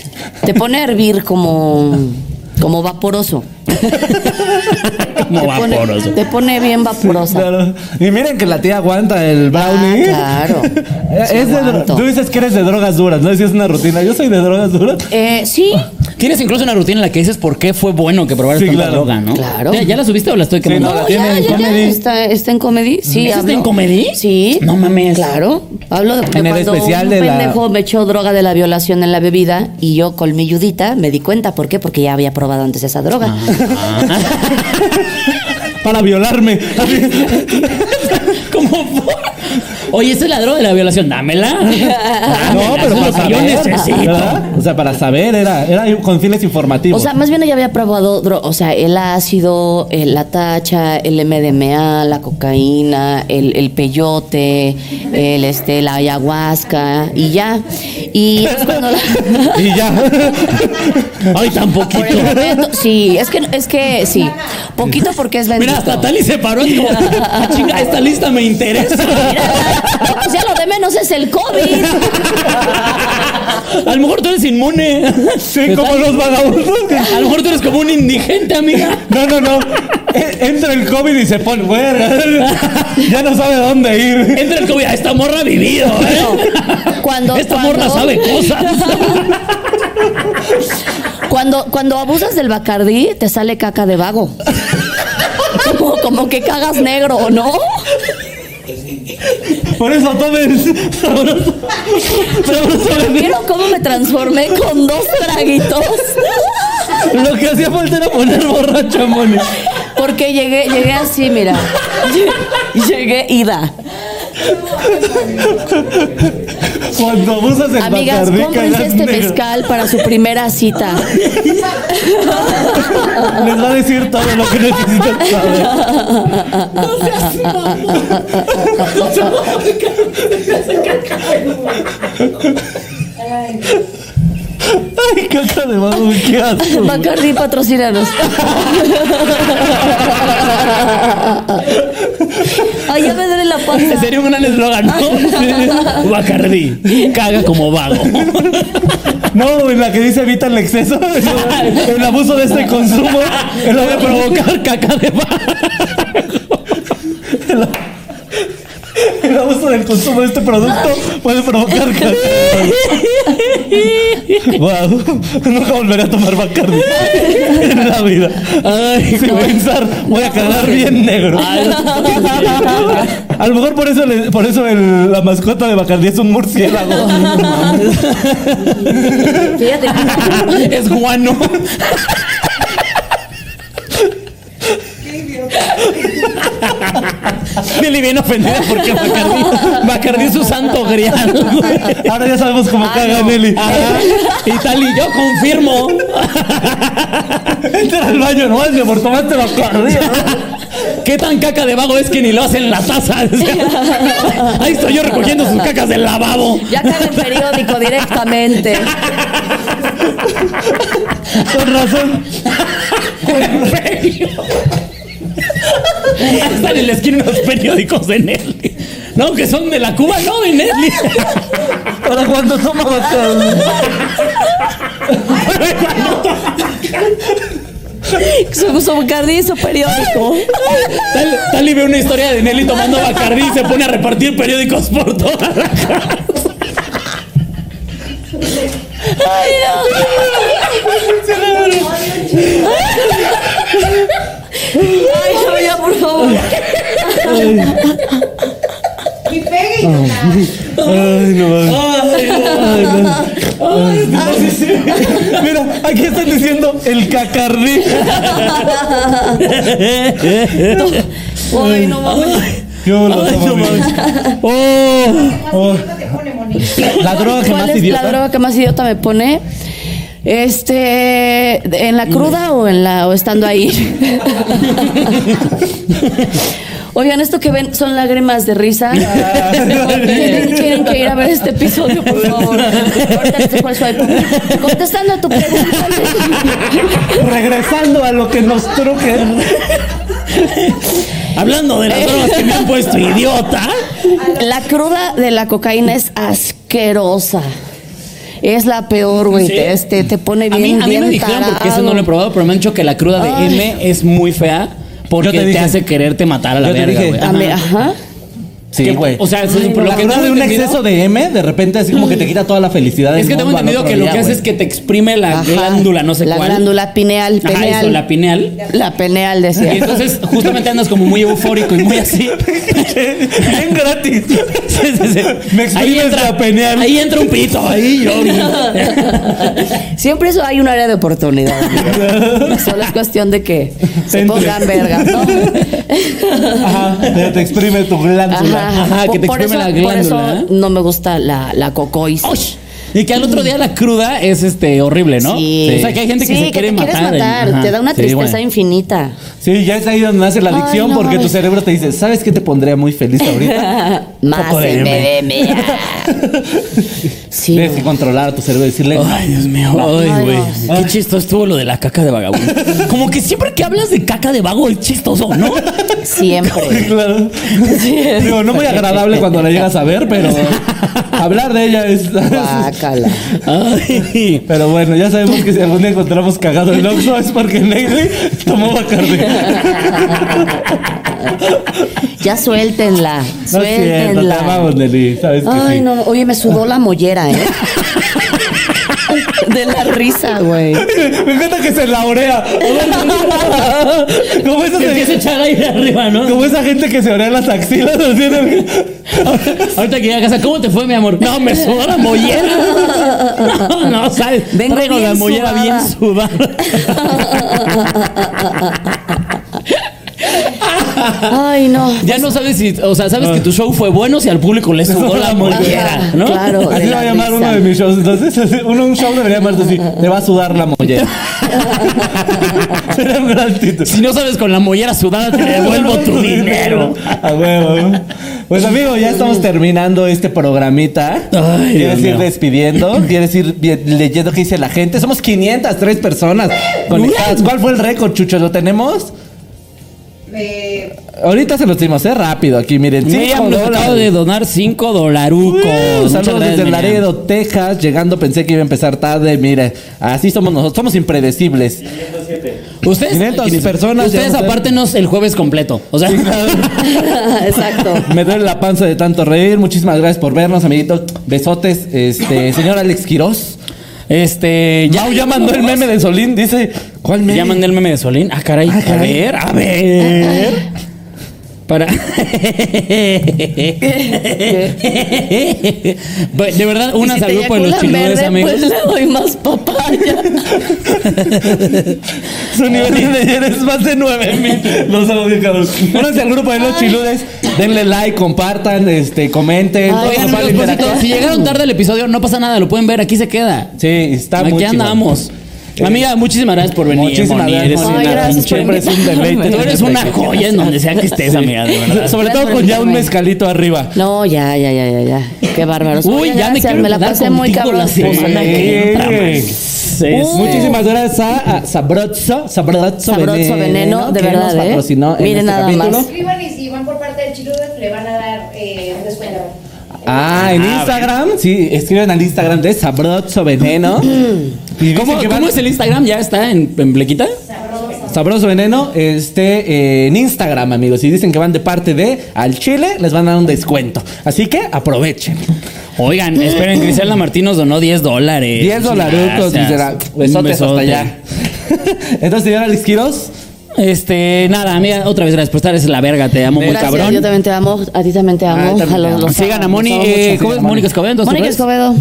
Speaker 3: Te pone a hervir como, como vaporoso.
Speaker 2: Como
Speaker 3: Te pone-
Speaker 2: vaporoso.
Speaker 3: Te pone bien vaporosa.
Speaker 1: Claro. Y miren que la tía aguanta el brownie.
Speaker 3: Ah, claro. Sí,
Speaker 1: Es de dro-
Speaker 3: aguanto.
Speaker 1: tú dices que eres de drogas duras, ¿no? Si es una rutina. Yo soy de drogas duras.
Speaker 3: Eh, sí,
Speaker 2: Tienes incluso una rutina en la que dices por qué fue bueno que probaras
Speaker 1: Sí,
Speaker 2: tanta
Speaker 1: claro.
Speaker 2: droga, ¿no?
Speaker 3: Claro.
Speaker 2: ¿Ya, ya la subiste o la estoy quemando?
Speaker 1: no, la
Speaker 3: Ya,
Speaker 1: tiene en
Speaker 3: ya, ya,
Speaker 1: comedy.
Speaker 3: Está, está en comedy. Sí,
Speaker 2: ¿Ese está
Speaker 3: hablo-
Speaker 2: en comedy?
Speaker 3: Sí.
Speaker 2: No mames.
Speaker 3: Claro. Hablo de de
Speaker 1: En el
Speaker 3: cuando
Speaker 1: especial
Speaker 3: un
Speaker 1: de la-
Speaker 3: pendejo me echó droga de la violación en la bebida y yo con mi yudita me di cuenta. ¿Por qué? Porque ya había probado antes esa droga.
Speaker 2: Ah.
Speaker 3: Ah,
Speaker 1: Para violarme.
Speaker 2: Como Oye, este ladrón de la violación, dámela.
Speaker 1: No, pero
Speaker 2: Eso es lo
Speaker 1: para
Speaker 2: que yo
Speaker 1: saber.
Speaker 2: necesito.
Speaker 1: ¿verdad? O sea, para saber, era, era con fines informativos.
Speaker 3: O sea, más bien ella había probado, dro- o sea, el ácido, el- la tacha, el MDMA, la cocaína, el, el peyote, el este, la ayahuasca y ya. Y es cuando la-
Speaker 1: y ya.
Speaker 2: Ay, tan poquito.
Speaker 3: por el momento- sí, es que es que sí, poquito porque es bendito.
Speaker 2: Mira, hasta Tali se paró y como, "Ah, chinga, esta lista me interesa.
Speaker 3: Mira, pues ya lo de menos es el COVID.
Speaker 2: A lo mejor tú eres inmune.
Speaker 1: Sí, como los vagabundos.
Speaker 2: A lo mejor tú eres como un indigente, amiga.
Speaker 1: No, no, no. E- Entra el COVID y se pone fuera. Ya no sabe dónde ir.
Speaker 2: Entra el COVID. "Ah, Esta morra ha vivido, ¿eh?
Speaker 3: Cuando,
Speaker 2: Esta
Speaker 3: cuando-
Speaker 2: morra sabe cosas.
Speaker 3: Cuando, cuando abusas del bacardí, te sale caca de vago. Como, como que cagas negro, ¿no?
Speaker 1: Por eso tomen sabroso. sabroso veneno.
Speaker 3: ¿Vieron cómo me transformé con dos traguitos?
Speaker 1: Lo que hacía falta era poner borracha, Moni.
Speaker 3: Porque llegué, llegué así, mira. Lle- Llegué ida.
Speaker 1: Cuando abusas del
Speaker 3: Amigas,
Speaker 1: Bacardí,
Speaker 3: cómprense
Speaker 1: cagas
Speaker 3: este
Speaker 1: negro.
Speaker 3: mezcal para su primera cita.
Speaker 1: Les va a decir todo lo que necesitan saber. Ay, caca de vago, qué asco.
Speaker 3: Bacardi, patrocínanos. Ay, ya me duele la panza.
Speaker 2: Sería un gran eslogan, ¿no? Bacardí. Caga como vago.
Speaker 1: No, en la que dice evita el exceso, el abuso de este consumo, el
Speaker 2: Lo de provocar caca de vago.
Speaker 1: El abuso del consumo de este producto puede provocar cáncer. wow, nunca volveré a tomar Bacardi en la vida.
Speaker 2: Ay,
Speaker 1: Sin pensar, voy a quedar bien negro.
Speaker 3: Ah.
Speaker 2: Ay,
Speaker 1: A lo mejor por eso, le- por eso el- la mascota de Bacardi es un murciélago.
Speaker 3: Fíjate.
Speaker 2: es guano. Lili bien ofendida porque Bacardí, Bacardí es su santo grial. güey.
Speaker 1: Ahora ya sabemos cómo caga Nelly.
Speaker 2: Ajá. Y tal y yo confirmo.
Speaker 1: Entra al baño, no hazme por tomarte Bacardi.
Speaker 2: ¿Qué tan caca de vago es que ni lo hacen en la taza? Ahí estoy yo recogiendo sus cacas del lavabo.
Speaker 3: Ya cabe el periódico directamente.
Speaker 1: Con razón.
Speaker 2: Están en la esquina unos periódicos de Nelly. No, que son de la Cuba, no de Nelly.
Speaker 1: Ahora cuando toma Bacardi.
Speaker 3: Su, su Bacardi, su periódico.
Speaker 2: Tal, tal y ve una historia de Nelly tomando Bacardí y se pone a repartir periódicos por toda la casa.
Speaker 3: Ay, no, ya, por favor.
Speaker 5: Y pegue y nada.
Speaker 1: Ay, no mames.
Speaker 2: Ay,
Speaker 1: No, sí, sí. Mira, aquí están diciendo el cacardí.
Speaker 3: Ay, no mames.
Speaker 1: Yo lo
Speaker 2: ay, no
Speaker 1: tomo,
Speaker 2: mames.
Speaker 1: mira.
Speaker 2: Oh.
Speaker 1: Oh.
Speaker 5: te pone monito.
Speaker 1: La droga que
Speaker 3: ¿Cuál
Speaker 1: más
Speaker 3: es La
Speaker 1: idiota.
Speaker 3: droga que más idiota me pone. Este, ¿en la cruda o en la o estando ahí? Oigan, esto que ven son lágrimas de risa. Tienen que ir a ver este episodio, por favor. Ahorita les dejo el swipe. Contestando a tu pregunta.
Speaker 1: Regresando a lo que nos truje.
Speaker 2: Hablando de las drogas que me han puesto idiota.
Speaker 3: La cruda de la cocaína es asquerosa. Es la peor, güey.
Speaker 2: Sí.
Speaker 3: Este, te pone
Speaker 2: A mí,
Speaker 3: bien,
Speaker 2: a mí me
Speaker 3: bien
Speaker 2: dijeron porque eso
Speaker 3: tarado.
Speaker 2: no lo he probado, pero me han dicho que la cruda de
Speaker 3: Ay.
Speaker 2: M es muy fea porque
Speaker 1: Yo te
Speaker 2: te,
Speaker 1: dije.
Speaker 2: hace quererte matar a la
Speaker 1: Yo te
Speaker 2: verga,
Speaker 1: dije.
Speaker 2: güey.
Speaker 3: A mí,
Speaker 2: Ajá.
Speaker 3: ajá.
Speaker 1: Sí,
Speaker 2: Que-
Speaker 1: güey.
Speaker 2: O sea, eso es- por
Speaker 1: la
Speaker 2: lo que
Speaker 1: cruda
Speaker 2: tengo
Speaker 1: de un
Speaker 2: entendido-
Speaker 1: exceso de M, de repente así como que te quita toda la felicidad.
Speaker 2: Es
Speaker 1: del
Speaker 2: que tengo
Speaker 1: mundo al
Speaker 2: entendido
Speaker 1: otro
Speaker 2: que lo
Speaker 1: día,
Speaker 2: que hace
Speaker 1: güey.
Speaker 2: es que te exprime la
Speaker 3: Ajá.
Speaker 2: glándula, no sé
Speaker 3: la
Speaker 2: cuál.
Speaker 3: glándula pineal,
Speaker 2: Ajá,
Speaker 3: pineal.
Speaker 2: eso, la pineal.
Speaker 3: La pineal,
Speaker 2: Y
Speaker 3: decía.
Speaker 2: entonces justamente andas como muy eufórico y muy así.
Speaker 1: Bien gratis.
Speaker 2: Sí, sí, sí.
Speaker 1: Me exprimes la pineal.
Speaker 2: Ahí entra un pito, ahí yo.
Speaker 3: Siempre eso hay un área de oportunidad. amigo. Solo es cuestión de que se
Speaker 1: Entre.
Speaker 3: pongan verga, ¿no?
Speaker 1: Ajá. Te te exprime tu glándula.
Speaker 2: glándula. Ajá, que te exprime la glándula. ¿eh?
Speaker 3: no me gusta la, la cocois.
Speaker 2: ¡Ush! Y que al otro día la cruda es este horrible, ¿no?
Speaker 3: Mm. Sí.
Speaker 2: O sea, que hay gente que
Speaker 3: Sí,
Speaker 2: se quiere
Speaker 3: te quieres
Speaker 2: matar. ahí.
Speaker 3: matar.
Speaker 2: Ajá.
Speaker 3: Te da una
Speaker 2: Sí,
Speaker 3: tristeza
Speaker 2: bueno.
Speaker 3: infinita.
Speaker 1: Sí, ya es ahí donde nace la
Speaker 3: Ay,
Speaker 1: adicción
Speaker 3: no,
Speaker 1: porque tu
Speaker 3: mames.
Speaker 1: cerebro te dice, ¿sabes qué te pondría muy feliz ahorita?
Speaker 3: Más
Speaker 1: Poco de
Speaker 3: MDMA. Sí.
Speaker 1: Tienes que controlar a tu cerebro y decirle,
Speaker 2: Ay, Dios mío. Ay,
Speaker 3: Ay,
Speaker 2: güey.
Speaker 3: no. Ah.
Speaker 2: Qué chistoso estuvo lo de la caca de vagabundo. Como que siempre que hablas de caca de vago es chistoso, ¿no?
Speaker 3: Siempre.
Speaker 1: Claro. Digo, no muy agradable cuando la llegas a ver, pero hablar de ella es.
Speaker 3: Guácala.
Speaker 2: Ay.
Speaker 1: Pero bueno, ya sabemos que si algún día encontramos cagado el Oxxo es porque Negri tomó Bacardi.
Speaker 3: Ya suéltenla.
Speaker 1: No es cierto, te
Speaker 3: suéltenla.
Speaker 1: amamos, Nelly. Sabes que
Speaker 3: Ay,
Speaker 1: sí.
Speaker 3: no. Oye, me sudó la mollera, ¿eh? De la risa, güey.
Speaker 1: Me encanta que se laurea. Como esa,
Speaker 2: Se empieza a echar aire arriba, ¿no?
Speaker 1: como esa gente que se orea las axilas. así en el-
Speaker 2: Ahorita que llegue a casa, ¿cómo te fue, mi amor? No, me sudó la mollera. No, no, sabes.
Speaker 3: Vengo
Speaker 2: Traigo la
Speaker 3: bien
Speaker 2: mollera
Speaker 3: sudada.
Speaker 2: bien sudada.
Speaker 3: Ay, no.
Speaker 2: Ya no sabes si, o sea,
Speaker 3: Ah.
Speaker 2: sabes que tu show fue bueno si al público le sudó la mollera, ¿no?
Speaker 3: Claro.
Speaker 1: Así
Speaker 3: de
Speaker 1: va a
Speaker 3: la
Speaker 1: llamar
Speaker 3: risa.
Speaker 1: uno de mis shows. Entonces, así, uno, un show debería llamarse así: Te va a sudar la mollera. Sería un gran título.
Speaker 2: Si no sabes con la mollera sudada, te devuelvo tu dinero.
Speaker 1: A huevo. Pues amigo, ya estamos terminando este programita.
Speaker 2: Ay, Dios
Speaker 1: ¿Quieres ir
Speaker 2: mío.
Speaker 1: despidiendo? ¿Quieres ir vi- leyendo qué dice la gente? Somos 503 personas conectadas. ¿Cuál fue el récord, Chucho? ¿Lo tenemos?
Speaker 5: Eh,
Speaker 1: Ahorita se los dimos, ¿eh? Rápido aquí, miren.
Speaker 2: Miriam
Speaker 1: Cinco
Speaker 2: nos acaba
Speaker 1: dólares.
Speaker 2: de donar 5
Speaker 1: Uh,
Speaker 2: dolarucos. Muchas
Speaker 1: saludos
Speaker 2: gracias,
Speaker 1: desde
Speaker 2: Miriam.
Speaker 1: Laredo, Texas. Llegando pensé que iba a empezar tarde. Mira, así somos nosotros. Somos impredecibles.
Speaker 6: 507.
Speaker 2: Ustedes,
Speaker 1: 500
Speaker 2: ¿quiénes-
Speaker 1: personas, ya
Speaker 2: Ustedes
Speaker 1: no sé.
Speaker 2: apártenos el jueves completo. O sea,
Speaker 3: Exacto.
Speaker 1: Me duele la panza de tanto reír. Muchísimas gracias por vernos, amiguito. Besotes. Este, señor Alex Quiroz.
Speaker 2: este.
Speaker 1: Ya, ya mandó el meme de Solín, dice. ¿Cuál meme?
Speaker 2: Ya mandé el meme de Solín. Ah, caray.
Speaker 1: Ah, caray.
Speaker 2: A ver, a ver. Para. Pues, Bueno, de verdad, una
Speaker 3: Y si te
Speaker 2: salud por los
Speaker 3: eyaculan
Speaker 2: chiludes,
Speaker 3: verde,
Speaker 2: amigos.
Speaker 3: Pues le doy más papaya.
Speaker 1: Su nivel de ayer es más de 9000. No se lo digo, cabrón. Únanse al grupo de los chiludes. Denle like, compartan, este, comenten. todo
Speaker 2: Oigan,
Speaker 1: nos vale
Speaker 2: amigos, por cierto,
Speaker 1: interactuar.
Speaker 2: si llegaron tarde al episodio, no pasa nada, lo pueden ver, aquí se queda.
Speaker 1: Sí, está
Speaker 2: aquí
Speaker 1: muy chingón.
Speaker 2: andamos. Amiga, muchísimas gracias por venir.
Speaker 1: Muchísimas
Speaker 2: Moni, eres
Speaker 1: gracias, Moni.
Speaker 2: una
Speaker 1: Ay, gracias
Speaker 2: pinche-
Speaker 1: Siempre es un deleite.
Speaker 2: Tú eres una joya en donde sea que estés, amiga, de verdad.
Speaker 1: Sobre todo con ya un mezcalito arriba.
Speaker 3: No, ya, ya, ya, ya, ya. Qué bárbaros.
Speaker 2: Uy,
Speaker 3: Oigan,
Speaker 2: ya me
Speaker 3: gracias,
Speaker 2: quiero
Speaker 3: Me la
Speaker 2: quedar
Speaker 3: pasé muy
Speaker 2: contigo
Speaker 3: cabrón.
Speaker 2: la semana
Speaker 3: Sí.
Speaker 2: que pues. entra,
Speaker 1: Sí.
Speaker 2: man.
Speaker 1: Este- Muchísimas gracias a, a Sabroso, Sabroso,
Speaker 3: Sabroso Veneno, de
Speaker 1: que nos
Speaker 3: verdad, ¿eh?
Speaker 1: patrocinó en
Speaker 3: Miren
Speaker 1: este
Speaker 3: nada
Speaker 1: capítulo.
Speaker 3: más.
Speaker 5: escriban y si van por parte del Chirudas le van a dar eh, un descuento.
Speaker 1: Ah, en
Speaker 2: Ah,
Speaker 1: Instagram, sí, escriben al Instagram de Sabroso Veneno. Y
Speaker 2: ¿Cómo,
Speaker 1: dicen que
Speaker 2: cómo
Speaker 1: van-
Speaker 2: es el Instagram? ¿Ya está en, en Blequita?
Speaker 1: Sabroso Veneno, este, eh, en Instagram, amigos. Si dicen que van de parte de al Chile, les van a dar un descuento. Así que aprovechen.
Speaker 2: Oigan, esperen, Griselda Martín nos donó 10 dólares.
Speaker 1: 10 dolarucos,
Speaker 2: Gracias.
Speaker 1: dice,
Speaker 2: Un
Speaker 1: besotes hasta
Speaker 2: besote.
Speaker 1: allá. Entonces, señora Alex Quiroz,
Speaker 2: Este, nada, amiga, otra vez gracias por estar, es la verga, te amo muy
Speaker 3: Gracias,
Speaker 2: cabrón. Ah,
Speaker 3: Yo también te amo. A ti también te amo.
Speaker 1: también
Speaker 3: a
Speaker 1: te amo.
Speaker 3: los, los
Speaker 2: Sigan a
Speaker 3: amo,
Speaker 2: Moni,
Speaker 3: los amo
Speaker 2: eh,
Speaker 3: mucho.
Speaker 2: ¿cómo es Mónica Escobedo? en todas tus
Speaker 3: Mónica
Speaker 2: redes?
Speaker 3: Escobedo.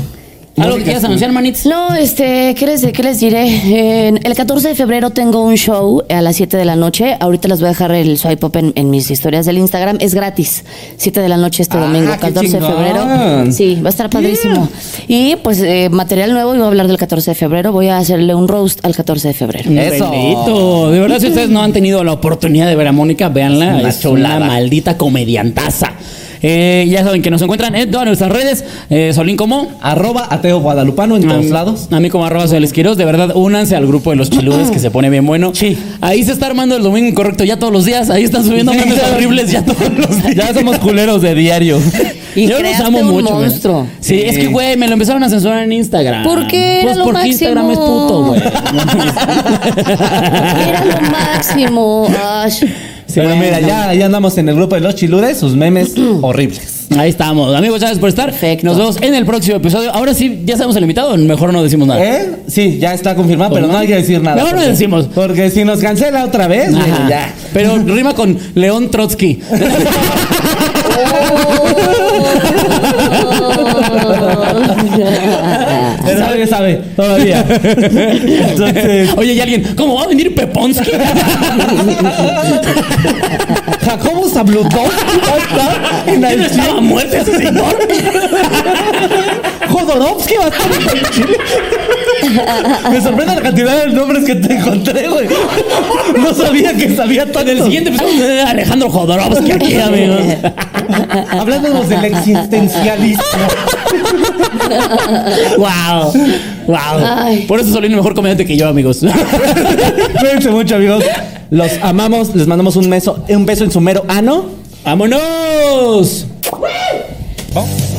Speaker 2: ¿Algo que quieras anunciar, manits?
Speaker 3: No, este, ¿qué les, qué les diré? En- el 14 de febrero tengo un show a las 7 de la noche. Ahorita les voy a dejar el swipe up en, en mis historias del Instagram. Es gratis. 7 de la noche este
Speaker 1: Ah,
Speaker 3: domingo,
Speaker 1: qué
Speaker 3: 14 de
Speaker 1: chingón.
Speaker 3: febrero. Sí, va a estar padrísimo. Y pues eh, material nuevo, y voy a hablar del 14 de febrero. Voy a hacerle un roast al 14 de febrero.
Speaker 1: Eso.
Speaker 2: Bendito. De verdad, si ustedes no han tenido la oportunidad de ver a Mónica, véanla.
Speaker 1: Una
Speaker 2: Es una
Speaker 1: chulada.
Speaker 2: maldita comediantaza. Eh, ya saben que nos encuentran en todas nuestras redes. Eh, Solín como.
Speaker 1: arroba ateo guadalupano en todos
Speaker 2: A-
Speaker 1: lados.
Speaker 2: A mí como arroba soy Alex Quiroz. De verdad, únanse al grupo de los chiludes que se pone bien bueno.
Speaker 1: Ah. Sí.
Speaker 2: Ahí se está armando el domingo incorrecto ya todos los días. Ahí están subiendo memes horribles ya todos los días.
Speaker 1: Ya somos culeros de diario.
Speaker 3: Y
Speaker 2: Yo los
Speaker 3: creaste
Speaker 2: amo
Speaker 3: un
Speaker 2: mucho. güey.
Speaker 3: monstruo.
Speaker 2: Sí, es que, güey, me lo empezaron a censurar en Instagram.
Speaker 3: ¿Por qué? Era
Speaker 2: Pues
Speaker 3: lo
Speaker 2: porque Instagram es
Speaker 3: máximo.
Speaker 2: puto, güey.
Speaker 3: Era lo máximo. Ash.
Speaker 1: Pero
Speaker 2: Bueno.
Speaker 1: mira, ya, ya andamos en el grupo de los chiludes, sus memes horribles.
Speaker 2: Ahí estamos. Amigos, gracias por estar.
Speaker 3: Perfecto.
Speaker 2: Nos vemos en el próximo episodio. Ahora sí, ya sabemos el invitado. Mejor no decimos nada.
Speaker 1: ¿Eh? Sí, ya está confirmado, pero no hay que decir nada.
Speaker 2: Ah. Pues Mejor no
Speaker 1: porque-
Speaker 2: decimos.
Speaker 1: Porque si nos cancela otra vez,
Speaker 2: Ajá.
Speaker 1: mira, ya.
Speaker 2: Pero rima con León Trotsky.
Speaker 3: Oh. Oh.
Speaker 2: Ah.
Speaker 1: Pero ya sabe, sabe todavía. Entonces,
Speaker 2: Oye, y alguien, ¿cómo va a venir Peponsky?
Speaker 1: Jacobo Zabludovsky va a estar en
Speaker 2: ¿Quién
Speaker 1: Haití.
Speaker 2: estaba muerto ese señor?
Speaker 1: Jodorowsky va a estar en Chile. Me sorprende la cantidad de nombres que te encontré, güey. No sabía que sabía tan
Speaker 2: El siguiente episodio de Alejandro Jodorowsky aquí, amigos.
Speaker 1: Hablándonos del existencialismo.
Speaker 2: Wow. Wow.
Speaker 7: Ay.
Speaker 2: Por eso Solín es mejor comediante que yo, amigos.
Speaker 1: Cuídense mucho, amigos. Los amamos. Les mandamos un beso, un beso en su mero ano.
Speaker 2: ¡Vámonos!
Speaker 1: Vamos.